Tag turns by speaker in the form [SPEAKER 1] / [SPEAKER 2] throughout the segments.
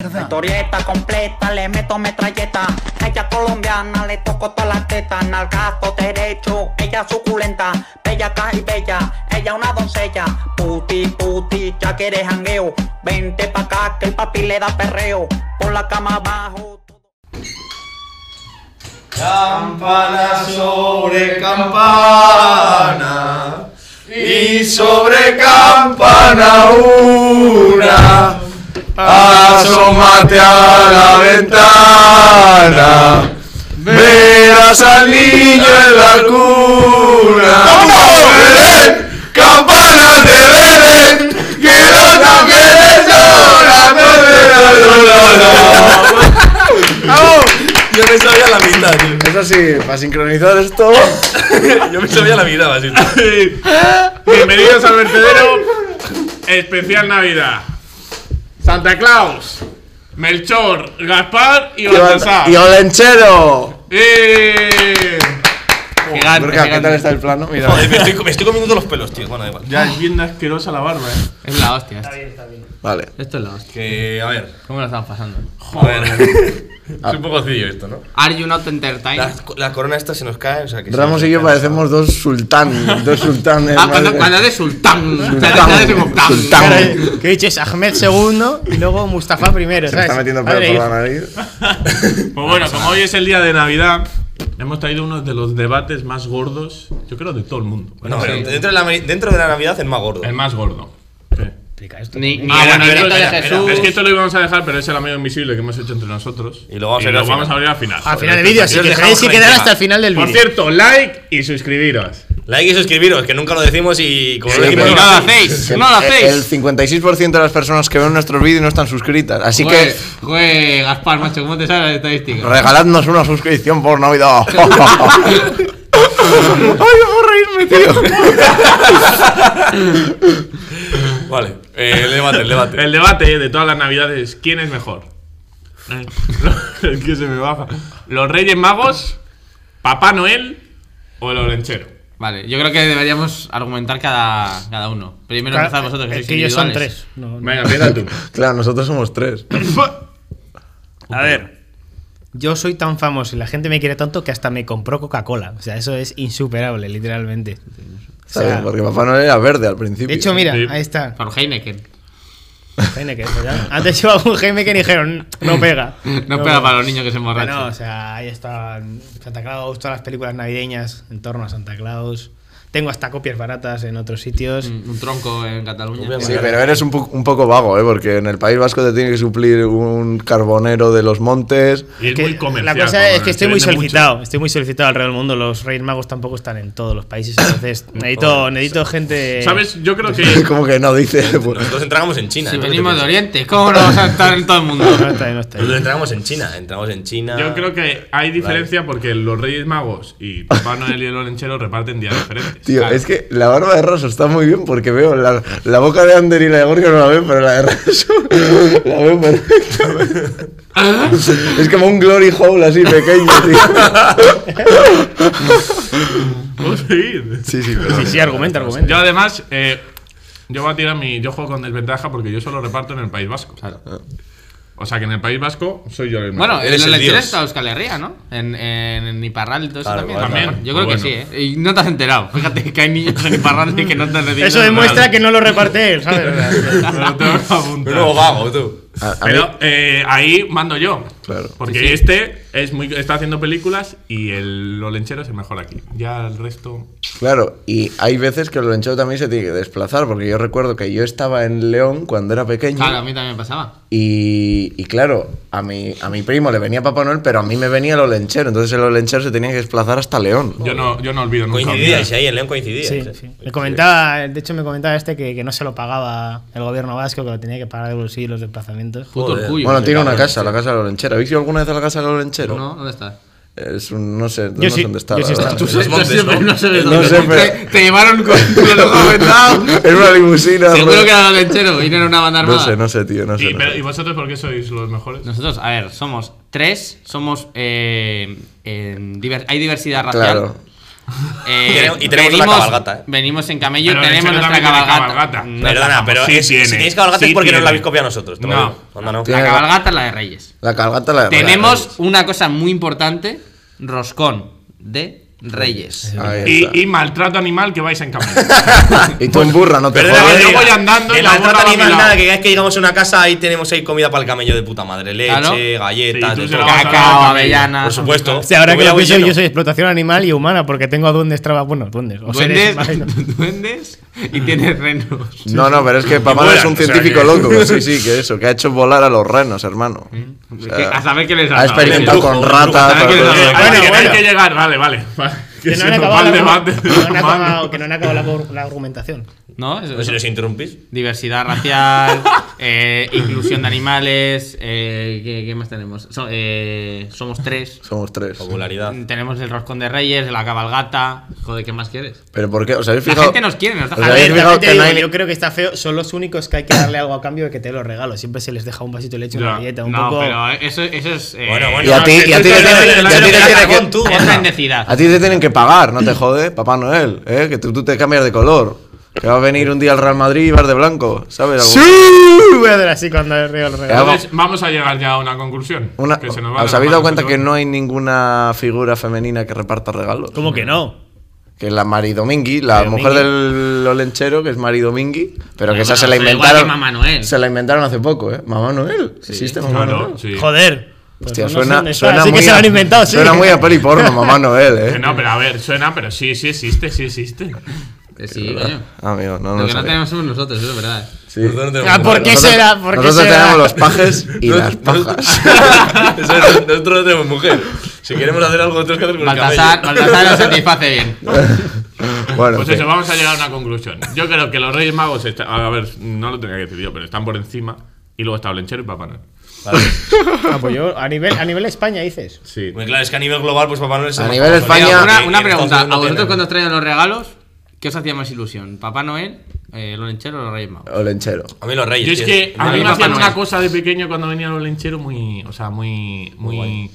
[SPEAKER 1] La historieta completa, le meto metralleta. Ella colombiana, le toco todas las tetas. Nalgazo derecho, ella suculenta. Bella caja y bella, ella una doncella. Puti, puti, ya que eres jangueo. Vente pa' acá que el papi le da perreo. Por la cama abajo.
[SPEAKER 2] Campana sobre campana y sobre campana una. Asómate a la ventana, verás al niño en la cuna. ¡Belén! ¡Campana de Belén! ¡Que no cambies sola!
[SPEAKER 3] Yo me sabía la mitad, tío.
[SPEAKER 2] Es así, para sincronizar esto.
[SPEAKER 3] Yo me sabía la mitad, así.
[SPEAKER 4] Bienvenidos al vertedero especial Navidad. Santa Claus, Melchor, Gaspar y Baltasar.
[SPEAKER 2] ¡Y Olenchero!
[SPEAKER 4] ¡Eh!
[SPEAKER 5] Gigante,
[SPEAKER 2] Gorka, ah, ¿Qué
[SPEAKER 5] gigante.
[SPEAKER 2] tal está el plano? Mira.
[SPEAKER 3] Joder, me estoy, me estoy comiendo todos los pelos, tío. Bueno, da igual.
[SPEAKER 4] Ya es bien asquerosa la barba, eh.
[SPEAKER 5] Es la hostia. Esto.
[SPEAKER 2] Vale.
[SPEAKER 5] Esto es la hostia.
[SPEAKER 3] Que, a ver.
[SPEAKER 5] ¿Cómo lo estamos pasando?
[SPEAKER 3] A ver. Es un poco cillo esto, ¿no?
[SPEAKER 5] Are you not entertained?
[SPEAKER 3] La, la corona esta se nos cae, o sea que.
[SPEAKER 2] Ramos
[SPEAKER 3] se nos
[SPEAKER 2] y yo
[SPEAKER 3] cae.
[SPEAKER 2] parecemos dos sultanes. Dos sultanes.
[SPEAKER 5] Ah, cuando,
[SPEAKER 2] madre.
[SPEAKER 5] cuando eres sultán.
[SPEAKER 2] Sultán.
[SPEAKER 5] Cuando eres sultán. eh.
[SPEAKER 2] Sultán.
[SPEAKER 6] Que he dicho es Ahmed segundo y luego Mustafa primero,
[SPEAKER 2] Se me está
[SPEAKER 6] ¿sabes?
[SPEAKER 2] metiendo pelo
[SPEAKER 6] Madre
[SPEAKER 2] por la
[SPEAKER 6] mía.
[SPEAKER 2] nariz.
[SPEAKER 4] Pues bueno, como hoy es el día de Navidad, hemos traído uno de los debates más gordos, yo creo, de todo el mundo.
[SPEAKER 3] No, pero dentro, de la, dentro de la Navidad, el más gordo.
[SPEAKER 4] El más gordo.
[SPEAKER 5] Ni, ni
[SPEAKER 4] Ah,
[SPEAKER 5] el
[SPEAKER 4] bueno,
[SPEAKER 5] nacimiento
[SPEAKER 4] espera,
[SPEAKER 5] de
[SPEAKER 4] espera,
[SPEAKER 5] Jesús.
[SPEAKER 4] Es que esto lo íbamos a dejar, pero es el amigo invisible que hemos hecho entre nosotros.
[SPEAKER 3] Y lo vamos a abrir al final.
[SPEAKER 4] vamos a abrir al final.
[SPEAKER 6] Ah, Al final del vídeo, así
[SPEAKER 3] Los
[SPEAKER 6] que
[SPEAKER 3] dejamos
[SPEAKER 6] tenéis que
[SPEAKER 3] ahí,
[SPEAKER 6] quedar
[SPEAKER 3] va.
[SPEAKER 6] hasta el final del
[SPEAKER 4] Por
[SPEAKER 6] vídeo.
[SPEAKER 4] cierto, like y suscribiros.
[SPEAKER 3] Like y suscribiros, que nunca lo decimos y como no lo
[SPEAKER 2] Sí,
[SPEAKER 3] decimos
[SPEAKER 2] pero-
[SPEAKER 5] no lo
[SPEAKER 3] nada.
[SPEAKER 5] hacéis.
[SPEAKER 2] El-
[SPEAKER 5] No lo
[SPEAKER 2] El
[SPEAKER 5] hacéis.
[SPEAKER 2] 56% de las personas que ven nuestros vídeos no están suscritas. Así que
[SPEAKER 5] Jue- jue, Gaspar, macho, ¿cómo te salen las estadísticas?
[SPEAKER 2] regaladnos una suscripción por Navidad. Ay, no puedo reírme, tío.
[SPEAKER 3] Vale, eh, el debate, el debate.
[SPEAKER 4] El debate de todas las navidades, ¿quién es mejor? Eh, es que se me baja. ¿Los Reyes Magos, Papá Noel o el Orenchero?
[SPEAKER 5] Vale, yo creo que deberíamos argumentar cada, cada uno. Primero
[SPEAKER 6] Claro,
[SPEAKER 5] empezar vosotros, que
[SPEAKER 6] es
[SPEAKER 5] sois
[SPEAKER 6] que ellos son
[SPEAKER 5] individuales.
[SPEAKER 6] tres. No, no.
[SPEAKER 4] Venga, empieza tú.
[SPEAKER 2] Claro, nosotros somos tres.
[SPEAKER 4] A ver.
[SPEAKER 6] Yo soy tan famoso y la gente me quiere tanto que hasta me compró Coca-Cola. O sea, eso es insuperable, literalmente. O sea,
[SPEAKER 2] ¿sabes? Porque Papá Noel era verde al principio.
[SPEAKER 6] de hecho, mira,
[SPEAKER 4] Sí.
[SPEAKER 6] ahí está.
[SPEAKER 5] Por Heineken.
[SPEAKER 6] Heineken, pues ya. Antes llevaba un Heineken y dijeron, no pega.
[SPEAKER 5] No pega para los niños que se
[SPEAKER 6] Ah,
[SPEAKER 5] emborrachan.
[SPEAKER 6] No, o sea, ahí está Santa Claus, todas las películas navideñas en torno a Santa Claus. Tengo hasta copias baratas en otros sitios.
[SPEAKER 5] un, un tronco en Cataluña.
[SPEAKER 2] Sí, pero eres un, po- un poco vago, ¿eh? Porque en el País Vasco te tiene que suplir un carbonero de los montes.
[SPEAKER 4] Y es
[SPEAKER 6] Que
[SPEAKER 4] muy comercial.
[SPEAKER 6] La cosa es
[SPEAKER 4] cabrón,
[SPEAKER 6] que estoy
[SPEAKER 4] se
[SPEAKER 6] muy
[SPEAKER 4] vende mucho.
[SPEAKER 6] solicitado, estoy muy solicitado alrededor del mundo. Los Reyes Magos tampoco están en todos los países, entonces necesito, necesito gente.
[SPEAKER 4] ¿Sabes? Yo creo que.
[SPEAKER 2] Como que no dice. pues,
[SPEAKER 3] Nosotros entramos en China.
[SPEAKER 5] Si
[SPEAKER 3] ¿eh? ¿Tú qué
[SPEAKER 5] venimos de
[SPEAKER 3] piensas?
[SPEAKER 5] Oriente, ¿cómo no vamos a estar en todo el mundo?
[SPEAKER 6] No está, no está.
[SPEAKER 3] Nosotros entramos en China, entramos en China.
[SPEAKER 4] Yo creo que hay diferencia porque los Reyes Magos y Papá Noel y el Olenchero reparten días diferentes.
[SPEAKER 2] Tío,
[SPEAKER 5] Claro.
[SPEAKER 2] es que la barba de Raso está muy bien porque veo la, la boca de Ander y la de Gorka no la veo, pero la de Raso la veo perfectamente. es como un glory hole así pequeño, tío.
[SPEAKER 4] ¿Puedo seguir?
[SPEAKER 2] Sí, sí, pero...
[SPEAKER 6] Sí, sí, argumenta, argumenta.
[SPEAKER 4] Pues Yo además, eh, yo voy a tirar mi. Yo juego con desventaja porque yo solo reparto en el País Vasco.
[SPEAKER 5] Claro.
[SPEAKER 4] O sea que en el País Vasco soy yo el más.
[SPEAKER 5] Bueno,
[SPEAKER 3] Eres
[SPEAKER 5] el
[SPEAKER 3] el
[SPEAKER 5] lechero
[SPEAKER 3] dios.
[SPEAKER 5] está Euskal Herria, ¿no? En, en, en Iparral y todo eso
[SPEAKER 3] Claro,
[SPEAKER 5] también.
[SPEAKER 3] claro.
[SPEAKER 4] También.
[SPEAKER 5] Yo creo
[SPEAKER 4] Bueno.
[SPEAKER 5] que sí, ¿eh? Y no te has enterado. Fíjate que hay niños en Iparral y que no te han recibido
[SPEAKER 6] Eso
[SPEAKER 5] nada.
[SPEAKER 6] demuestra que no lo reparte él, ¿sabes?
[SPEAKER 4] Me lo tengo que apuntar.
[SPEAKER 3] Un nuevo vago, tú.
[SPEAKER 2] A- a mí-
[SPEAKER 4] Pero eh, ahí mando yo.
[SPEAKER 2] Claro.
[SPEAKER 4] Porque este es muy, está haciendo películas y el Olenchero es el mejor aquí. Ya el resto.
[SPEAKER 2] Claro, y hay veces que el lonchero también se tiene que desplazar, porque yo recuerdo que yo estaba en León cuando era pequeño.
[SPEAKER 5] Claro, a mí también me pasaba.
[SPEAKER 2] Y, y claro, a mi, a mi primo le venía Papá Noel, pero a mí me venía el olenchero. Entonces el olenchero se tenía que desplazar hasta León.
[SPEAKER 4] Yo no, yo no olvido nunca.
[SPEAKER 3] Coincidíais ahí, en León coincidíais.
[SPEAKER 6] Sí,
[SPEAKER 2] este,
[SPEAKER 3] ¿eh?
[SPEAKER 6] sí. Me comentaba, de hecho me comentaba este que, que no se lo pagaba el gobierno vasco, que lo tenía que pagar de bolsillo los desplazamientos.
[SPEAKER 5] Puto
[SPEAKER 3] Joder.
[SPEAKER 5] orgullo.
[SPEAKER 2] Bueno, tiene una
[SPEAKER 3] cabrón,
[SPEAKER 2] casa, la casa del olenchero. ¿Habéis ido alguna vez a la casa del olenchero?
[SPEAKER 5] ¿No? ¿Dónde estás?
[SPEAKER 2] Es un, no sé, no
[SPEAKER 6] Yo
[SPEAKER 2] sé
[SPEAKER 6] sí,
[SPEAKER 2] dónde está.
[SPEAKER 6] yo
[SPEAKER 2] la
[SPEAKER 6] sí
[SPEAKER 2] verdad.
[SPEAKER 6] estaba.
[SPEAKER 3] Ah, Tú sabes dónde,
[SPEAKER 5] siempre
[SPEAKER 3] ¿no?
[SPEAKER 5] no sabes
[SPEAKER 2] No
[SPEAKER 5] dónde.
[SPEAKER 2] sé,
[SPEAKER 5] te,
[SPEAKER 2] pero-
[SPEAKER 5] te llevaron con con los aventados.
[SPEAKER 2] Es una limusina.
[SPEAKER 5] Seguro
[SPEAKER 2] bro.
[SPEAKER 5] que era el lechero y no era una banda armada.
[SPEAKER 2] No sé, no sé, tío, no sé.
[SPEAKER 4] ¿Y,
[SPEAKER 2] no
[SPEAKER 4] pero-
[SPEAKER 2] sé.
[SPEAKER 4] ¿y vosotros por qué sois los mejores?
[SPEAKER 5] Nosotros, a ver, somos tres, somos. eh, en diver- hay diversidad racial.
[SPEAKER 2] Claro.
[SPEAKER 5] Eh,
[SPEAKER 3] Y tenemos- y tenemos una cabalgata, eh. Mm,
[SPEAKER 5] Venimos en camello,
[SPEAKER 4] Pero
[SPEAKER 5] tenemos
[SPEAKER 4] Lechero
[SPEAKER 5] nuestra
[SPEAKER 4] también tiene
[SPEAKER 5] cabalgata.
[SPEAKER 4] cabalgata.
[SPEAKER 5] No,
[SPEAKER 3] Perdona, pero
[SPEAKER 4] Sí
[SPEAKER 3] es-
[SPEAKER 4] tiene,
[SPEAKER 3] si tenéis cabalgata
[SPEAKER 4] sí
[SPEAKER 3] es porque nos la
[SPEAKER 4] tiene.
[SPEAKER 3] habéis copiado a nosotros. te lo
[SPEAKER 4] No.
[SPEAKER 3] digo. Anda, no.
[SPEAKER 5] La
[SPEAKER 2] Tiene-
[SPEAKER 5] cabalgata es la de Reyes.
[SPEAKER 2] La cabalgata la de
[SPEAKER 5] Tenemos una cosa muy importante: roscón de Reyes.
[SPEAKER 2] Ahí está.
[SPEAKER 4] Y, y maltrato animal que vais en camino.
[SPEAKER 2] Y tú en burra, no te
[SPEAKER 3] Perdona,
[SPEAKER 2] jodas.
[SPEAKER 4] Joder,
[SPEAKER 3] que
[SPEAKER 4] yo
[SPEAKER 3] diga,
[SPEAKER 4] voy andando y
[SPEAKER 3] el
[SPEAKER 4] la
[SPEAKER 3] maltrato
[SPEAKER 4] burra va a mi
[SPEAKER 3] animal
[SPEAKER 4] lado.
[SPEAKER 3] nada, que cada vez que llegamos a una casa ahí tenemos ahí comida para el camello de puta madre. Leche,
[SPEAKER 5] Claro.
[SPEAKER 3] galletas,
[SPEAKER 4] Sí, tú
[SPEAKER 3] de
[SPEAKER 4] se
[SPEAKER 3] todo.
[SPEAKER 4] la vas a dar al
[SPEAKER 5] Cacao,
[SPEAKER 4] camello.
[SPEAKER 5] avellana.
[SPEAKER 3] Por supuesto.
[SPEAKER 6] O sea, ahora
[SPEAKER 3] Yo
[SPEAKER 6] que
[SPEAKER 3] voy
[SPEAKER 6] lo pienso,
[SPEAKER 3] lleno.
[SPEAKER 6] yo soy explotación animal y humana, porque tengo a duendes traba. Bueno, duendes. O seres
[SPEAKER 5] Duendes,
[SPEAKER 6] malignos.
[SPEAKER 5] duendes y tienes renos.
[SPEAKER 2] No, no, pero es que papá no es
[SPEAKER 4] vuelan,
[SPEAKER 2] un
[SPEAKER 4] o sea
[SPEAKER 2] científico
[SPEAKER 4] que-
[SPEAKER 2] loco. Sí, sí, que eso, que ha hecho volar a los renos, hermano. O sea,
[SPEAKER 5] Que a saber qué les ha
[SPEAKER 2] ha
[SPEAKER 5] dado. ¿eh?
[SPEAKER 2] experimentado
[SPEAKER 3] brujo,
[SPEAKER 2] con
[SPEAKER 3] un brujo,
[SPEAKER 2] ratas.
[SPEAKER 5] nada que
[SPEAKER 2] con
[SPEAKER 5] ver.
[SPEAKER 2] cosas.
[SPEAKER 4] Hay,
[SPEAKER 6] Bueno,
[SPEAKER 4] que, hay
[SPEAKER 6] bueno.
[SPEAKER 4] que llegar, vale, vale. vale.
[SPEAKER 6] Que no
[SPEAKER 4] se
[SPEAKER 6] han
[SPEAKER 4] nos va
[SPEAKER 6] acabado
[SPEAKER 4] el
[SPEAKER 6] la-
[SPEAKER 4] debate.
[SPEAKER 6] no han acabado- que no han acabado la por- la argumentación.
[SPEAKER 2] Pues
[SPEAKER 5] ¿No? Eso-
[SPEAKER 3] No sé si
[SPEAKER 5] eso.
[SPEAKER 3] nos interrumpís.
[SPEAKER 5] Diversidad racial, eh, inclusión de animales. eh, ¿qué, qué más tenemos? So- eh, somos tres.
[SPEAKER 2] Somos tres.
[SPEAKER 3] Popularidad.
[SPEAKER 5] Tenemos el roscón de Reyes, la cabalgata. Joder, ¿qué más quieres?
[SPEAKER 2] Pero ¿por qué? ¿Os habéis
[SPEAKER 5] La
[SPEAKER 2] fijado?
[SPEAKER 5] gente nos quiere, nos
[SPEAKER 2] O
[SPEAKER 5] deja
[SPEAKER 2] sea,
[SPEAKER 5] ver.
[SPEAKER 2] ¿Habéis
[SPEAKER 6] También
[SPEAKER 2] fijado
[SPEAKER 6] te
[SPEAKER 2] que
[SPEAKER 6] digo,
[SPEAKER 2] no hay-
[SPEAKER 6] Yo creo que está feo. Son los únicos que hay que darle algo a cambio de que te lo regalo. Siempre se les deja un vasito de leche, una
[SPEAKER 4] Ya.
[SPEAKER 6] galleta, un
[SPEAKER 5] No,
[SPEAKER 6] poco.
[SPEAKER 5] pero eso, eso es. eh,
[SPEAKER 3] Bueno, bueno.
[SPEAKER 2] Y a ti, y a ti te tienen- y a ti te tienen que-
[SPEAKER 3] tú,
[SPEAKER 5] Es mendicidad.
[SPEAKER 2] a ti te tienen que pagar, no te jode, Papá Noel, ¿eh? que tú, tú te cambias de color. Que va a venir un día al Real Madrid y vas de blanco, ¿sabes? Algo-
[SPEAKER 6] ¡Sí! Voy a hacer así cuando le regalo el regalo.
[SPEAKER 4] Entonces, vamos a llegar ya a una conclusión.
[SPEAKER 2] Una-
[SPEAKER 4] que se nos va de
[SPEAKER 2] ¿Os
[SPEAKER 4] las
[SPEAKER 2] habéis dado
[SPEAKER 4] manos
[SPEAKER 2] cuenta que
[SPEAKER 4] esto.
[SPEAKER 2] no hay ninguna figura femenina que reparta regalos?
[SPEAKER 6] ¿Cómo que no?
[SPEAKER 2] Que la Mari Domingui, la
[SPEAKER 6] Mari
[SPEAKER 2] mujer
[SPEAKER 6] Domingui.
[SPEAKER 2] del Olenchero, que es Mari Domingui, pero que
[SPEAKER 5] Pero
[SPEAKER 2] esa
[SPEAKER 5] bueno,
[SPEAKER 2] se la
[SPEAKER 5] pero igual
[SPEAKER 2] inventaron.
[SPEAKER 5] que Mamá Noel.
[SPEAKER 2] Se la inventaron hace poco, ¿eh? Mamá Noel. Existe Mamá Noel.
[SPEAKER 4] Claro, sí.
[SPEAKER 6] Joder. Pues
[SPEAKER 2] Hostia,
[SPEAKER 6] no sé
[SPEAKER 2] suena,
[SPEAKER 6] dónde está,
[SPEAKER 2] suena
[SPEAKER 6] sí
[SPEAKER 2] muy
[SPEAKER 6] que se
[SPEAKER 2] a-
[SPEAKER 6] lo han inventado, sí.
[SPEAKER 2] Suena muy a peli porno, Mamá Noel,
[SPEAKER 4] Que
[SPEAKER 2] ¿eh?
[SPEAKER 4] no, pero a ver, suena, pero sí, sí existe, sí existe.
[SPEAKER 5] Eh, Sí, coño.
[SPEAKER 2] Ah, Amigo, no lo
[SPEAKER 5] Lo que no
[SPEAKER 2] sabía.
[SPEAKER 5] tenemos somos nosotros, eso es verdad.
[SPEAKER 2] Sí.
[SPEAKER 3] Nosotros no tenemos
[SPEAKER 6] Ah, ¿por qué
[SPEAKER 3] mujeres.
[SPEAKER 6] será? ¿Por qué
[SPEAKER 2] Nosotros
[SPEAKER 6] será?
[SPEAKER 2] tenemos los pajes y las pajas.
[SPEAKER 3] Eso es, Nosotros no tenemos mujer. Si queremos hacer algo, tenemos que hacer con el
[SPEAKER 5] Baltasar,
[SPEAKER 3] camello.
[SPEAKER 5] Baltasar lo satisface bien.
[SPEAKER 2] bueno,
[SPEAKER 4] Pues
[SPEAKER 2] en
[SPEAKER 4] eso,
[SPEAKER 2] fin.
[SPEAKER 4] vamos a llegar a una conclusión. Yo creo que los Reyes Magos están. A ver, no lo tenía que decir yo, pero están por encima. Y luego está Olenchero y Papá Noel.
[SPEAKER 6] Ah, pues yo, a nivel, a nivel España dices.
[SPEAKER 4] Sí.
[SPEAKER 3] Muy claro, es que a nivel global, pues papá no es el
[SPEAKER 2] A
[SPEAKER 3] más
[SPEAKER 2] nivel
[SPEAKER 3] famoso.
[SPEAKER 2] España-
[SPEAKER 5] Mira, una,
[SPEAKER 3] Y-
[SPEAKER 5] una
[SPEAKER 3] y entonces
[SPEAKER 5] pregunta.
[SPEAKER 3] no
[SPEAKER 5] ¿A vosotros
[SPEAKER 3] tiene-
[SPEAKER 5] cuando os traían los regalos, qué os hacía más ilusión? ¿Papá Noel, eh, el lonchero o los Reyes Magos?
[SPEAKER 2] Olenchero.
[SPEAKER 3] A mí los reyes.
[SPEAKER 4] Yo es
[SPEAKER 3] tío.
[SPEAKER 4] que a
[SPEAKER 5] Vale,
[SPEAKER 4] mí me
[SPEAKER 5] Papá
[SPEAKER 4] hacían
[SPEAKER 5] Noel.
[SPEAKER 4] una cosa de pequeño cuando venía los Olenchero muy. O sea, muy. Muy,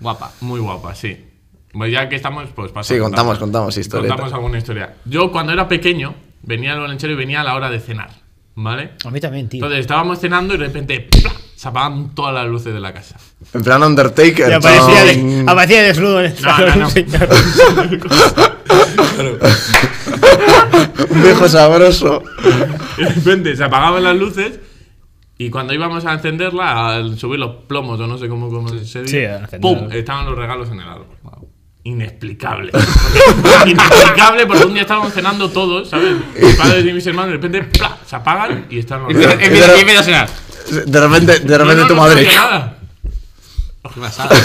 [SPEAKER 5] Guapa.
[SPEAKER 4] muy guapa, sí. Pues ya que estamos, pues pasa.
[SPEAKER 2] Sí, contamos, contamos historia.
[SPEAKER 4] Contamos alguna historia. Yo cuando era pequeño, venía el Olenchero y venía a la hora de cenar. ¿Vale?
[SPEAKER 6] A mí también, tío.
[SPEAKER 4] Entonces estábamos cenando y de repente ¡plá! se apagaban todas las luces de la casa.
[SPEAKER 2] En plan Undertaker.
[SPEAKER 6] Y aparecía, de,
[SPEAKER 2] chon.
[SPEAKER 6] aparecía desnudo en el salón
[SPEAKER 4] no, no.
[SPEAKER 6] un señor.
[SPEAKER 2] Un viejo sabroso.
[SPEAKER 4] Y de repente se apagaban las luces y cuando íbamos a encenderla, al subir los plomos o no sé cómo, cómo se
[SPEAKER 6] Sí,
[SPEAKER 4] dice,
[SPEAKER 6] a encender.
[SPEAKER 4] ¡pum! Estaban los regalos en el árbol. Inexplicable. Inexplicable porque un día estábamos cenando todos, ¿sabes? Mis padres y mis hermanos, y de repente ¡plá! se apagan y están los
[SPEAKER 5] Empieza
[SPEAKER 4] regalos.
[SPEAKER 5] empieza- empieza a sonar.
[SPEAKER 2] De repente, de
[SPEAKER 4] No, no,
[SPEAKER 2] repente
[SPEAKER 4] no
[SPEAKER 2] tu madre.
[SPEAKER 4] sabía nada.
[SPEAKER 5] Qué pasada.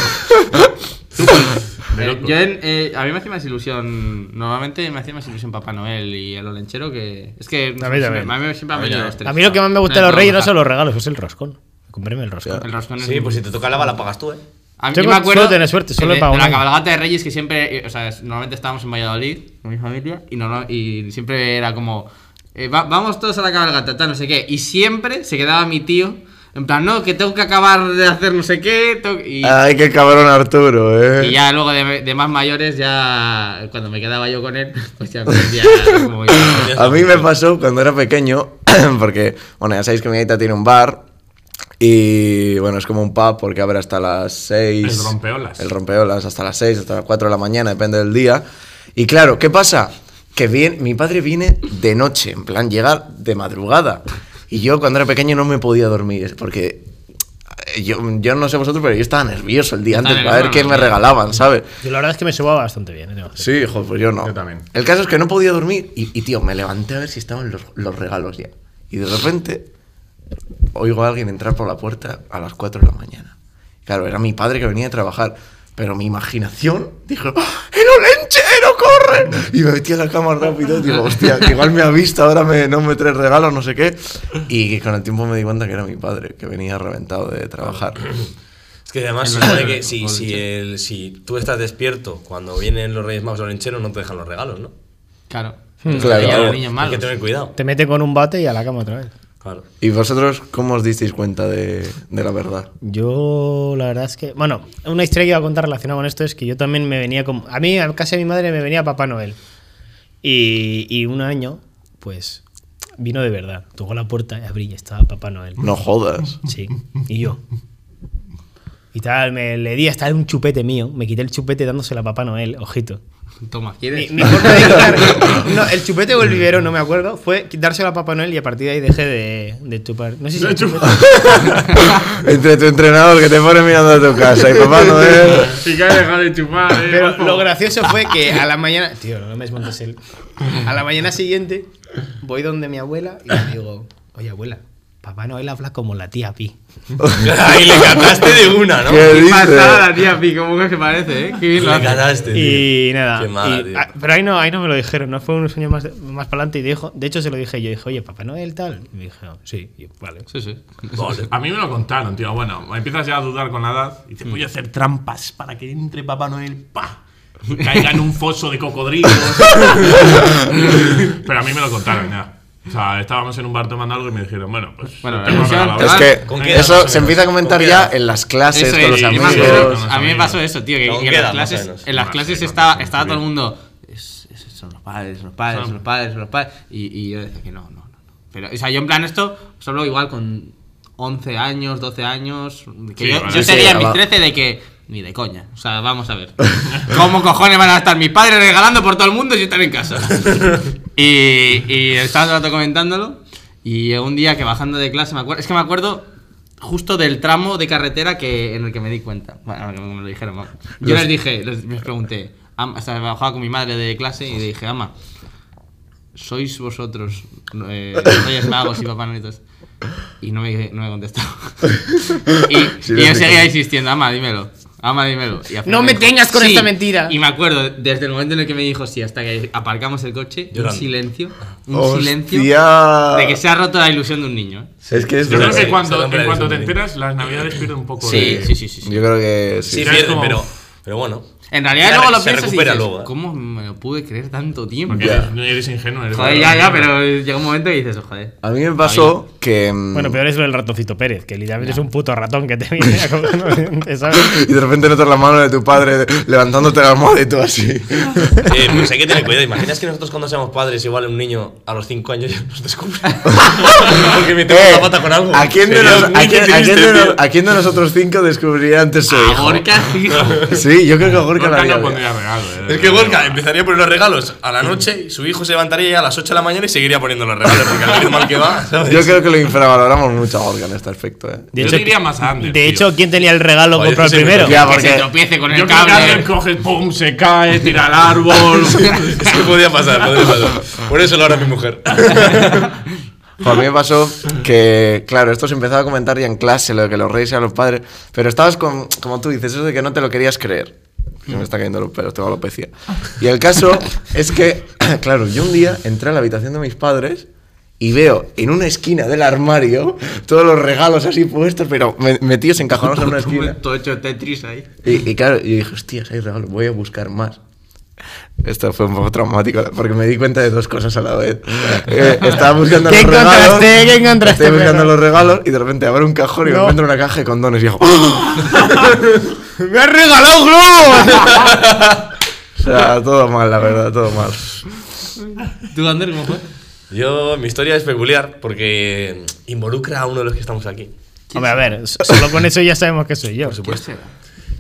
[SPEAKER 4] De
[SPEAKER 5] Eh,
[SPEAKER 4] loco.
[SPEAKER 5] yo en- eh, a mí me hacía más ilusión. Normalmente me hacía más ilusión Papá Noel y el olenchero que. Es que. no
[SPEAKER 6] A mí
[SPEAKER 5] sé,
[SPEAKER 6] también.
[SPEAKER 5] siempre- a mí siempre han venido los tres.
[SPEAKER 6] A mí lo que más me gusta de los
[SPEAKER 5] puedo
[SPEAKER 6] reyes no
[SPEAKER 5] dejar.
[SPEAKER 6] son los regalos, es el roscón. Compréme el
[SPEAKER 2] Ah.
[SPEAKER 6] roscón.
[SPEAKER 5] El roscón es
[SPEAKER 3] Sí,
[SPEAKER 5] muy-
[SPEAKER 3] pues si te toca la bala, pagas tú, eh.
[SPEAKER 5] A mí
[SPEAKER 6] Yo
[SPEAKER 5] yo me
[SPEAKER 6] con-
[SPEAKER 5] acuerdo.
[SPEAKER 6] solo tener suerte, solo
[SPEAKER 5] de,
[SPEAKER 6] para
[SPEAKER 5] de la
[SPEAKER 6] una.
[SPEAKER 5] cabalgata de Reyes que siempre. eh, O sea, es- normalmente estábamos en Valladolid con mi familia y, no, no- y siempre era como. eh, va- vamos todos a la cabalgata, tal, no sé qué. Y siempre se quedaba mi tío. En plan, no, que tengo que acabar de hacer no sé qué. tengo que-". Y,
[SPEAKER 2] Ay, qué cabrón Arturo, Ah, eh.
[SPEAKER 5] y ya luego de, de más mayores, ya. Cuando me quedaba yo con él, pues ya me sentía como.
[SPEAKER 2] A mí me pasó cuando era pequeño, porque, bueno, ya sabéis que mi aita tiene un bar. Y bueno, es como un pub porque abre hasta las 6.
[SPEAKER 4] El rompeolas.
[SPEAKER 2] El rompeolas hasta las 6, hasta las 4 de la mañana, depende del día. Y claro, ¿qué pasa? Que bien, mi padre viene de noche, en plan, llega de madrugada. Y yo cuando era pequeño no me podía dormir porque eh, yo, yo no sé vosotros, pero yo estaba nervioso el día
[SPEAKER 5] Está
[SPEAKER 2] antes para ver
[SPEAKER 5] nervioso,
[SPEAKER 2] qué
[SPEAKER 5] ¿no?
[SPEAKER 2] me regalaban, ¿sabes?
[SPEAKER 6] Yo la verdad es que me subaba bastante bien. ¿eh? tengo que decir.
[SPEAKER 2] Sí, hijo, pues yo no.
[SPEAKER 4] Yo también.
[SPEAKER 2] El caso es que no podía dormir y, y, tío, me levanté a ver si estaban los, los regalos ya. Y de repente oigo a alguien entrar por la puerta a las 4 de la mañana. Claro, era mi padre que venía a trabajar, pero mi imaginación dijo, ¡Ah! ¡el olenchero, corre! Y me metí a la cama rápido, digo, hostia, que igual me ha visto, ahora me, no me traes regalos, no sé qué. Y con el tiempo me di cuenta que era mi padre, que venía reventado de trabajar.
[SPEAKER 3] Es que además, se supone que si, si, el, si tú estás despierto cuando vienen los Reyes Magos o Lencheros, no te dejan los regalos, ¿no?
[SPEAKER 5] Claro.
[SPEAKER 2] Claro.
[SPEAKER 5] Ya los niños
[SPEAKER 3] Hay
[SPEAKER 5] malos.
[SPEAKER 3] que tener cuidado.
[SPEAKER 6] Te mete con un bate y a la cama otra vez.
[SPEAKER 3] Claro.
[SPEAKER 2] ¿Y vosotros cómo os disteis cuenta de, de la verdad?
[SPEAKER 6] Yo, la verdad es que. Bueno, una historia que iba a contar relacionada con esto es que yo también me venía como. A mí, a casa de mi madre, me venía Papá Noel. Y, y un año, pues, vino de verdad. Tocó la puerta y abrí y estaba Papá Noel.
[SPEAKER 2] No jodas.
[SPEAKER 6] Sí, y yo. Y tal, me le di hasta un chupete mío. Me quité el chupete dándoselo a Papá Noel, ojito.
[SPEAKER 5] Toma,
[SPEAKER 6] Mi,
[SPEAKER 5] ¿quieres?
[SPEAKER 6] mi forma de quitar- no, el chupete o el vivero, no me acuerdo, fue dárselo a Papá Noel y a partir de ahí dejé de, de chupar. No sé si.
[SPEAKER 2] Entre tu entrenador que te pone mirando a tu casa y papá Noel.
[SPEAKER 4] Y que ha dejado de chupar, eh.
[SPEAKER 6] Pero
[SPEAKER 4] mazo.
[SPEAKER 6] lo gracioso fue que a la mañana. Tío, no me desmontes él. A la mañana siguiente voy donde mi abuela y le digo: Oye, abuela, Papá Noel habla como la tía Pi.
[SPEAKER 3] Ahí le cantaste de una, ¿no?
[SPEAKER 2] ¿Qué
[SPEAKER 5] Qué
[SPEAKER 2] dices?
[SPEAKER 5] pasada, tía Pi, cómo que parece, ¿eh? Qué bien lo
[SPEAKER 3] Le
[SPEAKER 5] hace.
[SPEAKER 3] ganaste,
[SPEAKER 6] Y
[SPEAKER 3] tío.
[SPEAKER 6] nada.
[SPEAKER 3] Qué mala,
[SPEAKER 6] y-
[SPEAKER 3] tío.
[SPEAKER 6] ah, pero ahí no, ahí no me lo dijeron, no fue un sueño más, más para adelante. Y dijo, de hecho, se lo dije yo. Dije, oye, Papá Noel tal. Y me dijeron, sí, y yo, vale.
[SPEAKER 5] Sí, sí.
[SPEAKER 3] Vale.
[SPEAKER 4] Pues, A mí me lo contaron, tío. Bueno, empiezas ya a dudar con la edad y "Mm". te voy a hacer trampas para que entre Papá Noel, pa. Y Caiga en un foso de cocodrilos. Pero a mí me lo contaron ya. O sea, estábamos en un bar tomando algo y me dijeron, bueno, pues.
[SPEAKER 5] Bueno,
[SPEAKER 4] te hemos
[SPEAKER 5] la
[SPEAKER 4] regalado
[SPEAKER 5] ilusión
[SPEAKER 2] Es
[SPEAKER 4] esto.
[SPEAKER 2] que
[SPEAKER 3] ¿Con qué edad más o
[SPEAKER 2] eso
[SPEAKER 3] menos?
[SPEAKER 2] se empieza a comentar
[SPEAKER 3] ¿Con qué
[SPEAKER 2] ya
[SPEAKER 3] edad?
[SPEAKER 2] en las clases,
[SPEAKER 5] Eso
[SPEAKER 2] con
[SPEAKER 5] es,
[SPEAKER 2] los
[SPEAKER 5] yo me
[SPEAKER 2] amigos.
[SPEAKER 5] acuerdo-
[SPEAKER 4] con los
[SPEAKER 5] a mí me
[SPEAKER 4] amigos.
[SPEAKER 5] pasó eso, tío. que-
[SPEAKER 3] ¿Con
[SPEAKER 5] que en
[SPEAKER 3] qué
[SPEAKER 5] las
[SPEAKER 3] edad, más o
[SPEAKER 5] clases,
[SPEAKER 3] menos?
[SPEAKER 5] en las
[SPEAKER 4] Más
[SPEAKER 5] clases
[SPEAKER 4] o menos,
[SPEAKER 5] estaba,
[SPEAKER 4] sí,
[SPEAKER 5] estaba todo el
[SPEAKER 4] bien.
[SPEAKER 5] mundo. "Es- es- son los padres, son los padres, son los padres, son los padres. Y, y yo decía que no, no, no. no. Pero, o sea, yo en plan esto, os hablo igual con 11 años, 12 años. Que
[SPEAKER 4] Sí,
[SPEAKER 5] yo,
[SPEAKER 4] vale.
[SPEAKER 5] yo
[SPEAKER 4] Sí,
[SPEAKER 5] sería
[SPEAKER 2] sí,
[SPEAKER 5] en mis
[SPEAKER 2] va.
[SPEAKER 5] 13 de que. Ni de coña. O sea, vamos a ver. ¿Cómo cojones van a estar mis padres regalando por todo el mundo si están en casa? Y, y estaba todo el rato comentándolo. Y llegó un día que bajando de clase, me acuerdo, es que me acuerdo justo del tramo de carretera que, en el que me di cuenta. Bueno, en el que me lo dijeron. vamos. Yo les dije, les, les pregunté, am- hasta me bajaba con mi madre de clase y le dije, ama, ¿sois vosotros eh, los Reyes Magos y Papá Noel? y todo esto?". Y no me, no me contestó. y
[SPEAKER 2] Sí,
[SPEAKER 5] y
[SPEAKER 2] lo
[SPEAKER 5] yo
[SPEAKER 2] has
[SPEAKER 5] seguía
[SPEAKER 2] dicho.
[SPEAKER 5] insistiendo, ama, dímelo. Ama, dímelo. Y al final
[SPEAKER 6] No me
[SPEAKER 5] dijo,
[SPEAKER 6] tengas con
[SPEAKER 5] "Sí".
[SPEAKER 6] esta mentira.
[SPEAKER 5] Y me acuerdo, desde el momento en el que me dijo sí hasta que aparcamos el coche,
[SPEAKER 3] Llorando.
[SPEAKER 5] un silencio. Un silencio.
[SPEAKER 2] Hostia.
[SPEAKER 5] De que se ha roto la ilusión de un niño. ¿eh?
[SPEAKER 2] Es que es
[SPEAKER 4] Yo creo
[SPEAKER 2] verdad.
[SPEAKER 4] que
[SPEAKER 3] Sí,
[SPEAKER 4] cuando,
[SPEAKER 3] hombre,
[SPEAKER 4] en cuanto
[SPEAKER 3] sí,
[SPEAKER 4] te
[SPEAKER 3] sí.
[SPEAKER 4] enteras, las navidades pierden un poco
[SPEAKER 5] Sí,
[SPEAKER 4] de.
[SPEAKER 5] sí, sí, sí. sí.
[SPEAKER 2] Yo creo que
[SPEAKER 3] Sí,
[SPEAKER 2] sí.
[SPEAKER 4] ¿sabes
[SPEAKER 3] pierde,
[SPEAKER 4] cómo?
[SPEAKER 3] pero, pero bueno.
[SPEAKER 5] En realidad
[SPEAKER 3] Ya re-
[SPEAKER 5] luego lo
[SPEAKER 3] se
[SPEAKER 5] piensas y
[SPEAKER 3] recupera
[SPEAKER 5] dices,
[SPEAKER 3] luego, ¿eh?
[SPEAKER 5] ¿cómo me lo pude creer tanto tiempo?
[SPEAKER 4] Porque
[SPEAKER 2] Ya.
[SPEAKER 4] no eres ingenuo. Eres
[SPEAKER 5] Joder, ya, ya, pero llega un momento y dices, joder.
[SPEAKER 2] A mí me pasó que. mm,
[SPEAKER 6] Bueno, peor es lo del ratoncito Pérez, que literalmente es un puto ratón que te viene a comer los dientes, ¿sabes?
[SPEAKER 2] Y de repente notas la mano de tu padre levantándote la almohada y tú así.
[SPEAKER 3] Eh, pues hay que tener cuidado. Imaginas que nosotros cuando seamos padres, igual un niño a los 5 años ya nos descubre. Porque me tengo
[SPEAKER 2] Eh,
[SPEAKER 3] la pata con algo.
[SPEAKER 2] ¿A quién de,
[SPEAKER 3] Sería
[SPEAKER 2] los-
[SPEAKER 3] muy
[SPEAKER 2] a quién- a quién
[SPEAKER 3] triste,
[SPEAKER 2] de los-
[SPEAKER 3] tío.
[SPEAKER 2] a quién de nosotros cinco descubriría antes su
[SPEAKER 5] A
[SPEAKER 2] hijo?
[SPEAKER 5] Gorka, hijo.
[SPEAKER 2] Sí, yo creo que a Gorka la
[SPEAKER 4] Gorka
[SPEAKER 2] haría
[SPEAKER 4] no
[SPEAKER 2] bien.
[SPEAKER 4] pondría regalo. eh.
[SPEAKER 3] Es que Gorka empezaría a poner los regalos a la noche, y su hijo se levantaría ya a las 8 de la mañana y seguiría poniendo los regalos, porque al ritmo al que va, ¿sabes?
[SPEAKER 2] Yo creo que lo infravaloramos mucho a Gorka en este aspecto, eh.
[SPEAKER 6] De
[SPEAKER 4] Yo
[SPEAKER 6] hecho,
[SPEAKER 4] diría más a Ander,
[SPEAKER 6] de
[SPEAKER 4] tío.
[SPEAKER 6] hecho, ¿quién tenía el regalo
[SPEAKER 3] Oye,
[SPEAKER 6] comprado
[SPEAKER 3] sí, sí,
[SPEAKER 6] primero?
[SPEAKER 3] me
[SPEAKER 2] Ya,
[SPEAKER 5] que se
[SPEAKER 2] porque.
[SPEAKER 5] tropiece con
[SPEAKER 4] Yo
[SPEAKER 5] el
[SPEAKER 4] creo que
[SPEAKER 5] cable.
[SPEAKER 4] alguien coge, pum, se cae, tira el árbol.
[SPEAKER 3] Es que podía pasar, podría pasar. Por eso lo hará mi mujer.
[SPEAKER 2] A mí me pasó que, claro, esto se empezaba a comentar ya en clase, lo de que los reyes eran los padres, pero estabas con, como tú dices, eso de que no te lo querías creer. Se me está cayendo los pelos, tengo alopecia. Y el caso es que, claro, yo un día entré a la habitación de mis padres y veo en una esquina del armario todos los regalos así puestos, pero me- metidos encajonados en una esquina.
[SPEAKER 5] Todo hecho Tetris ahí.
[SPEAKER 2] Y, y claro, yo dije, hostias, hay regalos, voy a buscar más. Esto fue un poco traumático porque me di cuenta de dos cosas a la vez. Eh, estaba buscando
[SPEAKER 6] ¿Qué
[SPEAKER 2] los regalos.
[SPEAKER 6] encontraste? ¿Qué encontraste,
[SPEAKER 2] Estoy buscando
[SPEAKER 6] perro?
[SPEAKER 2] los regalos y de repente abro un cajón y me
[SPEAKER 6] No.
[SPEAKER 2] encuentro una caja de condones y digo, "¡Ah!".
[SPEAKER 6] ¡Me has regalado globos!
[SPEAKER 2] o sea, todo mal, la verdad, todo mal.
[SPEAKER 5] ¿Tú, Ander, cómo fue?
[SPEAKER 3] Yo, mi historia es peculiar porque involucra a uno de los que estamos aquí.
[SPEAKER 6] Hombre, a ver, so- solo con eso ya sabemos que soy yo. Por
[SPEAKER 5] ¿Qué será?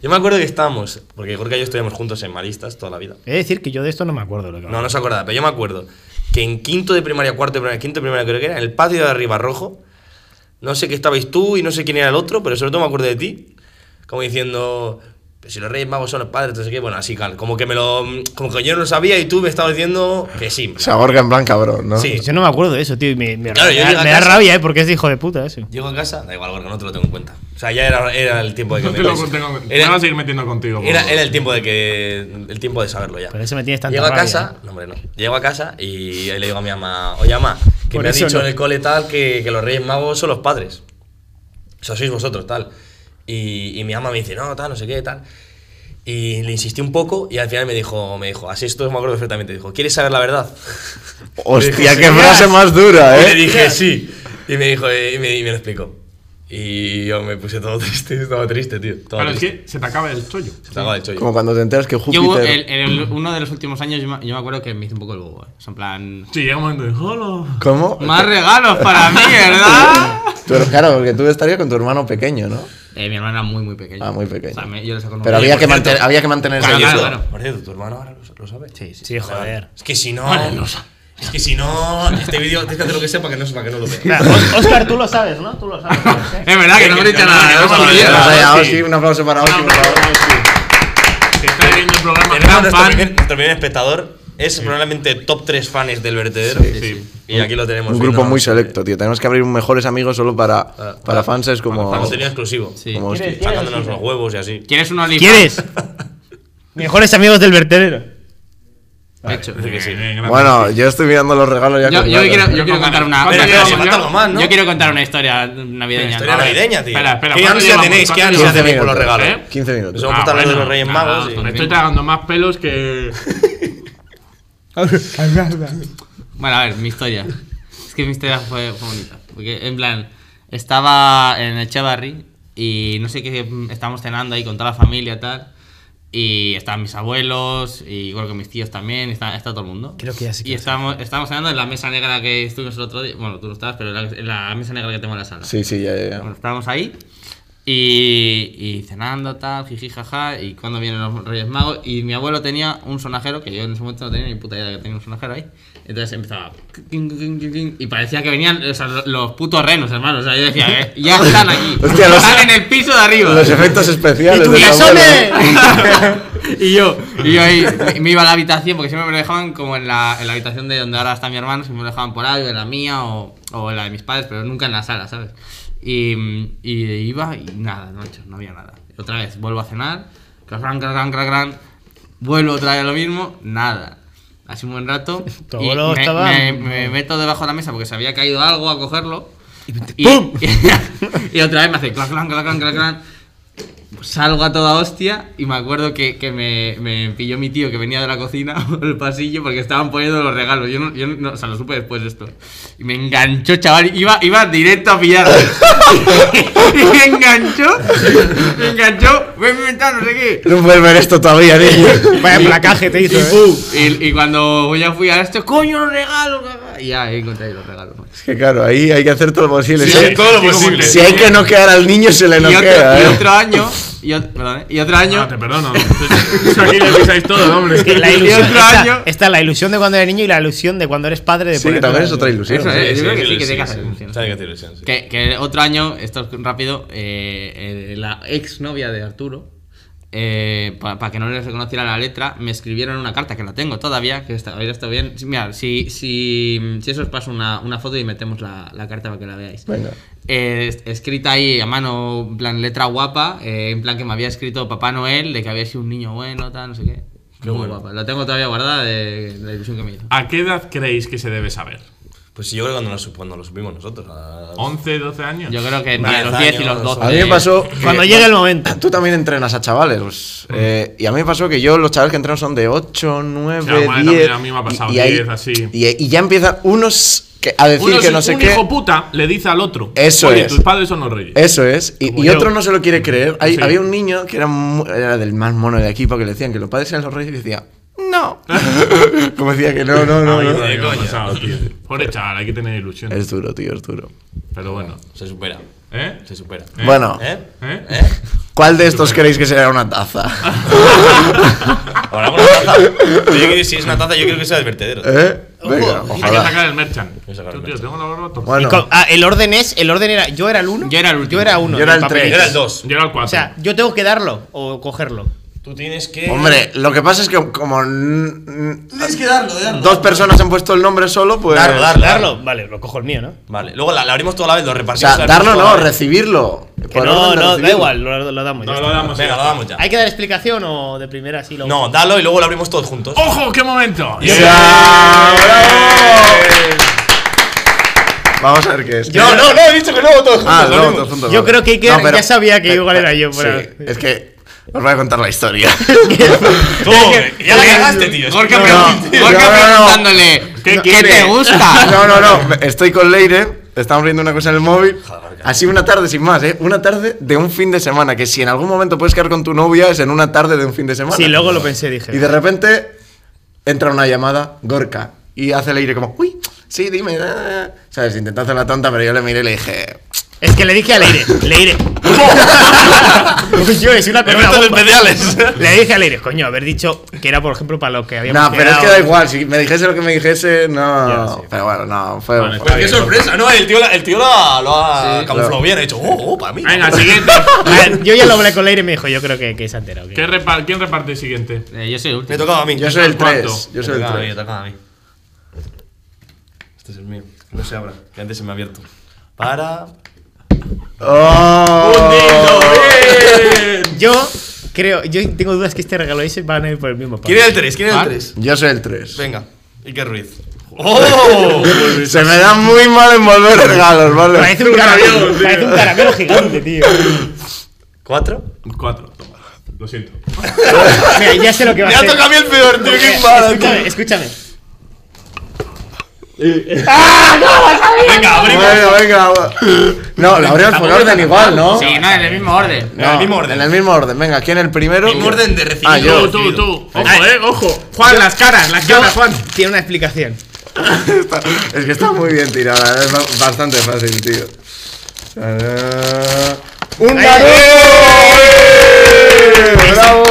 [SPEAKER 3] Yo me acuerdo que estábamos, porque Gorka y yo estuvimos juntos en Maristas toda la vida.
[SPEAKER 6] He de decir que yo de esto no me acuerdo. Lo que
[SPEAKER 3] No, no se acordaba, pero yo me acuerdo que en quinto de primaria, cuarto de primaria, quinto de primaria creo que era, en el patio de arriba rojo, no sé qué estabais tú y no sé quién era el otro, pero sobre todo me acuerdo de ti, como diciendo, "Pero si los reyes magos son los padres, no sé qué, bueno, así cal, como que me lo, como que yo no lo sabía y tú me estabas diciendo que sí.
[SPEAKER 2] O sea, Gorka en plan cabrón, ¿no?
[SPEAKER 3] Sí.
[SPEAKER 6] Yo no me acuerdo de eso, tío. y me, me-
[SPEAKER 3] Claro, yo
[SPEAKER 6] me-
[SPEAKER 3] llego a
[SPEAKER 6] me da
[SPEAKER 3] casa-
[SPEAKER 6] rabia, ¿eh? Porque es de hijo de puta eso.
[SPEAKER 3] Llego a casa, da igual, porque no te lo tengo en cuenta. O sea, ya era, era el tiempo de que
[SPEAKER 4] No
[SPEAKER 3] me
[SPEAKER 4] te lo
[SPEAKER 3] ves.
[SPEAKER 4] tengo- me
[SPEAKER 3] Era-
[SPEAKER 4] van a seguir metiendo contigo.
[SPEAKER 3] Era,
[SPEAKER 4] por-
[SPEAKER 3] era el tiempo de que. El tiempo de saberlo ya.
[SPEAKER 6] Por eso me tienes tanta
[SPEAKER 3] Llego a
[SPEAKER 6] rabia, eh.
[SPEAKER 3] casa. No, hombre, no. Llego a casa y ahí le digo a mi mamá, oye mamá, que
[SPEAKER 6] Por
[SPEAKER 3] me han
[SPEAKER 6] eso
[SPEAKER 3] dicho
[SPEAKER 6] no.
[SPEAKER 3] en el cole tal que, que los Reyes Magos son los padres. O sea, sois vosotros, tal. Y, y mi mamá me dice, no, tal, no sé qué, tal. Y le insistí un poco y al final me dijo, me dijo, así esto me acuerdo perfectamente, dijo, ¿quieres saber la verdad?
[SPEAKER 2] Hostia, qué
[SPEAKER 3] "Señoras".
[SPEAKER 2] frase más dura,
[SPEAKER 3] Y
[SPEAKER 2] ¿eh?
[SPEAKER 3] le dije, sí. Y me dijo, eh, y me, y me lo explicó. Y yo me puse todo triste, estaba triste, tío. Estaba
[SPEAKER 4] Claro, es
[SPEAKER 3] triste.
[SPEAKER 4] que se te acaba el chollo.
[SPEAKER 3] Se sacaba el chollo.
[SPEAKER 2] Como cuando te enteras que
[SPEAKER 5] Yo hubo- el-
[SPEAKER 2] Júpiter...
[SPEAKER 5] en el- uno de los últimos años yo me, yo me acuerdo que me hice un poco el bobo. eh. O sea, en plan.
[SPEAKER 4] Sí, llega un momento de. ¡Hola!
[SPEAKER 2] ¿Cómo?
[SPEAKER 5] Más regalos para mí, ¿verdad?
[SPEAKER 2] Pero claro, porque tú estarías con tu hermano pequeño, ¿no?
[SPEAKER 5] Eh, mi hermana era muy, muy pequeña.
[SPEAKER 2] Ah, muy pequeña.
[SPEAKER 5] O sea, me- yo le saco un-
[SPEAKER 2] Pero había que,
[SPEAKER 3] por cierto-
[SPEAKER 2] manten- había que mantener
[SPEAKER 4] Ah,
[SPEAKER 5] Claro,
[SPEAKER 2] ese
[SPEAKER 5] claro,
[SPEAKER 2] hilo.
[SPEAKER 5] claro.
[SPEAKER 3] Por cierto, tu hermano ahora lo, lo sabe. Sí,
[SPEAKER 6] Sí, joder.
[SPEAKER 3] Es que si no. Es que si no. Este vídeo tienes que hacer lo que sea para que no sepa que no lo vea.
[SPEAKER 6] Oscar, tú lo sabes, ¿no? Tú lo sabes.
[SPEAKER 5] Es verdad que no me he dicho nada.
[SPEAKER 3] no,
[SPEAKER 5] no
[SPEAKER 3] no,
[SPEAKER 5] me lo
[SPEAKER 3] no,
[SPEAKER 5] digas.
[SPEAKER 2] Vamos allá,
[SPEAKER 4] Osi.
[SPEAKER 2] Osi, un aplauso para Osi, por favor.
[SPEAKER 4] Que está viendo el programa.
[SPEAKER 3] Tenemos
[SPEAKER 4] Gran
[SPEAKER 3] nuestro, primer,
[SPEAKER 4] fan.
[SPEAKER 3] nuestro primer espectador. Es probablemente top 3 fans del vertedero.
[SPEAKER 4] sí.
[SPEAKER 3] Y aquí lo tenemos.
[SPEAKER 2] Un
[SPEAKER 3] viendo,
[SPEAKER 2] grupo
[SPEAKER 3] ¿no?
[SPEAKER 2] muy selecto, tío. Tenemos que abrir un mejores amigos solo para,
[SPEAKER 3] Ah,
[SPEAKER 2] para
[SPEAKER 3] ah,
[SPEAKER 2] fans es como.
[SPEAKER 3] Para contenido exclusivo.
[SPEAKER 5] Sí.
[SPEAKER 2] como hostia.
[SPEAKER 3] Sacándonos los huevos y así.
[SPEAKER 5] ¿Quieres un olifán?
[SPEAKER 6] ¿Quieres? Mejores amigos del vertedero.
[SPEAKER 5] Hecho.
[SPEAKER 3] Dice que sí.
[SPEAKER 4] Eh, gran-
[SPEAKER 2] Bueno, yo estoy mirando los regalos ya.
[SPEAKER 5] Yo,
[SPEAKER 2] con
[SPEAKER 5] yo
[SPEAKER 2] ganas.
[SPEAKER 5] quiero, yo
[SPEAKER 4] Yo
[SPEAKER 5] quiero
[SPEAKER 4] con
[SPEAKER 5] contar
[SPEAKER 4] ganas.
[SPEAKER 5] una.
[SPEAKER 3] Pero,
[SPEAKER 5] espera,
[SPEAKER 3] pero,
[SPEAKER 5] espera,
[SPEAKER 3] si falta
[SPEAKER 5] yo-
[SPEAKER 3] algo más, ¿no?
[SPEAKER 5] Yo quiero contar una historia navideña.
[SPEAKER 3] Historia
[SPEAKER 5] A ver.
[SPEAKER 3] navideña, tío.
[SPEAKER 4] Espera, espera,
[SPEAKER 3] ¿Qué
[SPEAKER 4] ¿cuánto
[SPEAKER 3] ansia
[SPEAKER 4] llevamos?
[SPEAKER 3] tenéis? ¿Qué
[SPEAKER 4] ¿Cuánto
[SPEAKER 3] ansia tenéis por
[SPEAKER 2] llevamos?
[SPEAKER 3] los regalos?
[SPEAKER 4] ¿Eh?
[SPEAKER 2] 15 minutos.
[SPEAKER 3] Nos vamos a estar hablando
[SPEAKER 4] bueno.
[SPEAKER 3] de los Reyes
[SPEAKER 4] Nada,
[SPEAKER 3] Magos. y-
[SPEAKER 4] Me estoy tragando más pelos que.
[SPEAKER 5] Bueno, a ver, mi historia. Es que mi historia fue, fue bonita. Porque, en plan, estaba en el Chavarri y no sé qué, mm, estábamos cenando ahí con toda la familia y tal. Y estaban mis abuelos y creo que mis tíos también, está, está todo el mundo.
[SPEAKER 6] Creo que ya sí que
[SPEAKER 5] Y
[SPEAKER 6] lo sé.
[SPEAKER 5] estábamos, estábamos cenando en la mesa negra que estuvimos el otro día. Bueno, tú no estabas, pero en la, en la mesa negra que tengo en la sala.
[SPEAKER 2] Sí, sí, ya, ya, ya.
[SPEAKER 5] Bueno, estábamos ahí y, y cenando, tal, jiji, jaja, y cuando vienen los Reyes Magos. Y mi abuelo tenía un sonajero, que yo en ese momento no tenía ni puta idea de que tenía un sonajero ahí. Entonces empezaba... "Kin, kin, kin, kin", Y parecía que venían o sea, lo- los putos renos, hermano. O sea, yo decía, "Eh, ya están aquí.
[SPEAKER 2] Hostia, los-
[SPEAKER 5] están en el piso de arriba.
[SPEAKER 2] Los efectos especiales. de la abuela.
[SPEAKER 5] y yo, y yo ahí me, me iba a la habitación, porque siempre me lo dejaban como en la, en la habitación de donde ahora está mi hermano, siempre me lo dejaban por ahí, o en la mía, o, o en la de mis padres, pero nunca en la sala, ¿sabes? Y, mm, y iba y nada, noche, no había nada. Otra vez, vuelvo a cenar, crac, crac, crac, crac, crac, vuelvo otra vez a lo mismo, nada. Así un buen rato.
[SPEAKER 6] Tu
[SPEAKER 5] y
[SPEAKER 6] abuelo
[SPEAKER 5] me,
[SPEAKER 6] estaba-
[SPEAKER 5] me- me meto debajo de la mesa porque se había caído algo a cogerlo. Y,
[SPEAKER 6] ¡pum!
[SPEAKER 5] y otra vez me hace clac, clac, clac, clac, clac, clac salgo a toda hostia y me acuerdo que, que me, me pilló mi tío que venía de la cocina por el pasillo porque estaban poniendo los regalos. Yo no, yo no- o sea, lo supe después de esto. Y me enganchó, chaval. Iba, iba directo a pillar. y me enganchó. Me enganchó. Ven, ven, tal, no sé qué.
[SPEAKER 2] No puedes ver esto todavía, niño.
[SPEAKER 6] Vaya placaje te hizo, ¿eh?
[SPEAKER 5] Y, y cuando ya fui a esto, coño, los regalos. caca". Y ya encontré ahí los regalos.
[SPEAKER 2] Es que claro, ahí hay que hacer todo lo posible.
[SPEAKER 3] Sí,
[SPEAKER 2] si, hay,
[SPEAKER 3] todo lo
[SPEAKER 4] como
[SPEAKER 3] posible.
[SPEAKER 4] te-
[SPEAKER 2] si hay que noquear al niño, se le
[SPEAKER 5] Y otro,
[SPEAKER 2] noquea,
[SPEAKER 5] y
[SPEAKER 2] ¿eh?
[SPEAKER 5] otro año. Y, ot- perdón, ¿eh? y otro año.
[SPEAKER 4] No, Ah, te perdono. Aquí le pisáis todo, hombre.
[SPEAKER 6] Que la
[SPEAKER 5] Y otro
[SPEAKER 6] ilusión,
[SPEAKER 5] año-
[SPEAKER 6] está, está la ilusión de cuando eres niño y la ilusión de cuando eres padre de
[SPEAKER 2] Sí, que
[SPEAKER 6] ponerlo
[SPEAKER 2] también
[SPEAKER 6] en
[SPEAKER 2] es
[SPEAKER 6] la-
[SPEAKER 2] otra ilusión.
[SPEAKER 5] Eso,
[SPEAKER 2] sí.
[SPEAKER 5] eh. yo creo que sí, que
[SPEAKER 3] sí,
[SPEAKER 5] tiene que
[SPEAKER 3] sí,
[SPEAKER 5] hacer
[SPEAKER 3] sí.
[SPEAKER 5] ilusión.
[SPEAKER 3] Sabe que hace ilusión, sí.
[SPEAKER 5] Que, que otro año, esto es rápido, eh, eh, la ex novia de Arturo, para que no le reconociera la letra, me escribieron una carta que la tengo todavía, que está, hubiera estado bien. Sí, Mira, si, si, si eso os paso una, una foto y metemos la, la carta para que la veáis.
[SPEAKER 2] Venga.
[SPEAKER 5] Eh, es- escrita ahí a mano, en plan letra guapa, eh, en plan que me había escrito Papá Noel, de que había sido un niño bueno, tal, no sé qué. Muy guapa. La tengo todavía guardada de, de la ilusión que me hizo.
[SPEAKER 4] ¿A qué edad creéis que se debe saber?
[SPEAKER 3] Pues sí, yo creo que cuando lo, sup- cuando lo supimos nosotros. a-
[SPEAKER 5] Oh.
[SPEAKER 4] ¿11, 12 años?
[SPEAKER 5] Yo creo que entre
[SPEAKER 3] Diez
[SPEAKER 5] los 10 y
[SPEAKER 3] años,
[SPEAKER 5] los 12.
[SPEAKER 2] A
[SPEAKER 4] Eh,
[SPEAKER 2] mí me pasó.
[SPEAKER 6] Cuando
[SPEAKER 2] que-
[SPEAKER 6] llegue el momento.
[SPEAKER 2] Tú también entrenas a chavales. pues,
[SPEAKER 4] Mm.
[SPEAKER 2] eh, y a mí me pasó que yo, los chavales que entreno son de 8, 9,
[SPEAKER 4] Sí, a mí
[SPEAKER 2] 10.
[SPEAKER 4] también, a mí me ha pasado
[SPEAKER 2] y, y ahí-
[SPEAKER 4] 10, así.
[SPEAKER 2] Y, y ya empiezan unos que- a decir
[SPEAKER 4] Uno
[SPEAKER 2] que
[SPEAKER 4] es-
[SPEAKER 2] no sé
[SPEAKER 4] un
[SPEAKER 2] qué.
[SPEAKER 4] hijo puta le dice al otro.
[SPEAKER 2] Eso
[SPEAKER 4] Oye,
[SPEAKER 2] es.
[SPEAKER 4] tus padres son los reyes.
[SPEAKER 2] Eso es. Y,
[SPEAKER 6] Como
[SPEAKER 2] y
[SPEAKER 6] yo.
[SPEAKER 2] otro no se lo quiere creer. Hay-
[SPEAKER 4] Sí.
[SPEAKER 2] Había un niño que era, mu- era del más mono de aquí, porque le decían que los padres eran los reyes y decía, no. Como decía que no, no, no.
[SPEAKER 4] Ay,
[SPEAKER 2] no.
[SPEAKER 4] tío,
[SPEAKER 3] de
[SPEAKER 4] me ha
[SPEAKER 3] coña.
[SPEAKER 4] pasado, tío. Pobre chaval, hay que tener ilusión.
[SPEAKER 2] Es duro, tío, es duro.
[SPEAKER 4] Pero bueno.
[SPEAKER 3] Se supera.
[SPEAKER 4] ¿Eh?
[SPEAKER 3] Se supera.
[SPEAKER 2] Bueno,
[SPEAKER 3] ¿Eh?
[SPEAKER 4] ¿Eh?
[SPEAKER 2] ¿cuál de estos creéis que será una taza?
[SPEAKER 3] Ahora con la taza. Yo creo que si es una taza, yo creo que sea del vertedero.
[SPEAKER 2] ¿Eh? Venga,
[SPEAKER 4] Hay que
[SPEAKER 2] ojalá.
[SPEAKER 4] sacar el merchan.
[SPEAKER 3] que sacar el
[SPEAKER 4] Yo, tío,
[SPEAKER 3] merchan.
[SPEAKER 4] tengo la barba torcida.
[SPEAKER 6] Y
[SPEAKER 2] Bueno,
[SPEAKER 6] co- ah, el orden es, el orden era, yo era el uno.
[SPEAKER 5] Yo era el último.
[SPEAKER 6] Yo era uno.
[SPEAKER 2] Yo era
[SPEAKER 6] del
[SPEAKER 2] el
[SPEAKER 6] papelito.
[SPEAKER 3] Yo era el 2.
[SPEAKER 4] Yo era el 4.
[SPEAKER 6] O sea, yo tengo que darlo o cogerlo.
[SPEAKER 3] Tú tienes que.
[SPEAKER 2] hombre, lo que pasa es que como n- n-
[SPEAKER 3] Tienes que darlo, darlo.
[SPEAKER 2] dos personas han puesto el nombre solo, pues...
[SPEAKER 3] Darlo,
[SPEAKER 2] O
[SPEAKER 3] darlo.
[SPEAKER 6] Darlo, vale, lo cojo el mío, ¿no?
[SPEAKER 3] Vale, luego la, la abrimos toda la vez, lo repartimos.
[SPEAKER 2] sea,
[SPEAKER 3] la
[SPEAKER 2] darlo
[SPEAKER 3] abrimos toda
[SPEAKER 2] no,
[SPEAKER 3] la vez.
[SPEAKER 2] recibirlo.
[SPEAKER 6] Que
[SPEAKER 2] Por
[SPEAKER 6] no,
[SPEAKER 2] orden de
[SPEAKER 6] no, da
[SPEAKER 2] recibirlo.
[SPEAKER 6] igual, lo, lo damos. ya
[SPEAKER 4] No lo
[SPEAKER 6] está.
[SPEAKER 4] damos.
[SPEAKER 3] Venga, lo damos ya.
[SPEAKER 6] ¿Hay que dar explicación o de primera así lo
[SPEAKER 3] No, dalo y luego lo abrimos todos juntos.
[SPEAKER 5] Oh.
[SPEAKER 4] ¡Ojo, qué momento!
[SPEAKER 2] O sea, bravo. Vamos a ver qué es.
[SPEAKER 3] No, no, no, he dicho que no, todos juntos.
[SPEAKER 2] Ah,
[SPEAKER 3] lo
[SPEAKER 2] no,
[SPEAKER 3] abrimos.
[SPEAKER 2] todos juntos,
[SPEAKER 6] Yo
[SPEAKER 2] vale.
[SPEAKER 6] creo que Iker
[SPEAKER 2] No, pero-
[SPEAKER 6] ya sabía que
[SPEAKER 2] eh,
[SPEAKER 6] igual era yo,
[SPEAKER 2] sí,
[SPEAKER 6] pero-
[SPEAKER 2] es que Os voy a contar la historia.
[SPEAKER 3] Tú, ya la cagaste, tío.
[SPEAKER 5] Gorka
[SPEAKER 2] No,
[SPEAKER 5] pregun-
[SPEAKER 2] no,
[SPEAKER 5] Gorka
[SPEAKER 2] no, no.
[SPEAKER 5] preguntándole.
[SPEAKER 4] ¿Qué
[SPEAKER 5] ¿Qué,
[SPEAKER 4] quiere?
[SPEAKER 5] te gusta?
[SPEAKER 2] No, no, no. Estoy con Leire. Estamos viendo una cosa en el móvil. Así una tarde sin más, ¿eh? Una tarde de un fin de semana. Que si en algún momento puedes quedar con tu novia, es en una tarde de un fin de semana.
[SPEAKER 6] Sí, luego lo pensé, dije.
[SPEAKER 2] Y de repente entra una llamada, Gorka, y hace Leire como, uy, sí, dime. ah". ¿Sabes? Intentó hacer la tonta, pero yo le miré y le dije,
[SPEAKER 6] Es que le dije a Leire, Leire. yo es una corona
[SPEAKER 3] Efectos
[SPEAKER 6] bomba.
[SPEAKER 3] especiales.
[SPEAKER 6] Le dije a Leire, coño, haber dicho que era, por ejemplo, para lo que habíamos
[SPEAKER 2] No, pero es que
[SPEAKER 6] quedado.
[SPEAKER 2] da igual, si me dijese lo que me dijese, no.
[SPEAKER 6] Ya, sí.
[SPEAKER 2] Pero bueno, no, fue.
[SPEAKER 4] Vale,
[SPEAKER 2] fue
[SPEAKER 3] Pero qué
[SPEAKER 2] bien.
[SPEAKER 3] sorpresa, ¿no? El tío, la- el tío la- lo ha
[SPEAKER 5] Sí.
[SPEAKER 3] camuflado
[SPEAKER 2] Claro.
[SPEAKER 3] bien. Ha dicho, oh, oh, para mí.
[SPEAKER 4] Venga, siguiente.
[SPEAKER 6] A ver, Yo ya lo hablé con Leire y me dijo, yo creo que, que se ha enterado. que-
[SPEAKER 4] ¿Qué repa- ¿Quién reparte el siguiente?
[SPEAKER 5] Eh, yo soy el
[SPEAKER 3] Me
[SPEAKER 5] último.
[SPEAKER 3] tocaba a mí.
[SPEAKER 2] Yo soy el
[SPEAKER 4] ¿Cuánto?
[SPEAKER 2] 3. Yo soy el
[SPEAKER 3] tocaba a mí,
[SPEAKER 2] 3.
[SPEAKER 3] me tocaba a mí. Este es el mío. No se abra, que antes se me ha abierto. Para.
[SPEAKER 2] ¡Oh!
[SPEAKER 6] Yo creo, yo tengo dudas que este regalo ese van a ir por el mismo
[SPEAKER 3] ¿Quién
[SPEAKER 6] palo.
[SPEAKER 3] era el 3? ¿Quién era el
[SPEAKER 5] Ah.
[SPEAKER 3] 3?
[SPEAKER 2] Yo soy el 3.
[SPEAKER 3] Venga, Iker Ruiz. ¡Oh!
[SPEAKER 2] Se me da muy mal envolver regalos, ¿vale?
[SPEAKER 6] Parece un caramelo, parece un caramelo gigante, tío.
[SPEAKER 3] ¿Cuatro?
[SPEAKER 4] Cuatro. Toma. Lo siento.
[SPEAKER 6] Mira, ya sé lo que va
[SPEAKER 3] Me
[SPEAKER 6] a
[SPEAKER 3] ha
[SPEAKER 6] ser.
[SPEAKER 3] tocado a mí el peor, tío. ¡Qué malo!
[SPEAKER 6] Escúchame, escúchame.
[SPEAKER 3] Venga, abrimos.
[SPEAKER 2] Venga, venga. va. No, lo abrimos por orden igual, ¿no?
[SPEAKER 5] Sí, no, en el mismo orden.
[SPEAKER 2] No,
[SPEAKER 3] En el mismo orden.
[SPEAKER 2] En el mismo orden. Venga, ¿quién el primero?
[SPEAKER 3] En orden de recibido.
[SPEAKER 2] Ah, yo.
[SPEAKER 4] Tú, tú, tú. Ojo,
[SPEAKER 6] Ay.
[SPEAKER 4] eh, ojo. Juan, las caras, las
[SPEAKER 6] Yo-
[SPEAKER 4] caras, Juan.
[SPEAKER 6] Tiene una explicación.
[SPEAKER 2] Está- es que está muy bien tirada, ¿eh? es ba- bastante fácil, tío. Tará. ¡Un
[SPEAKER 6] Ahí,
[SPEAKER 2] Naruto!
[SPEAKER 6] ahí.
[SPEAKER 2] ¡Bravo!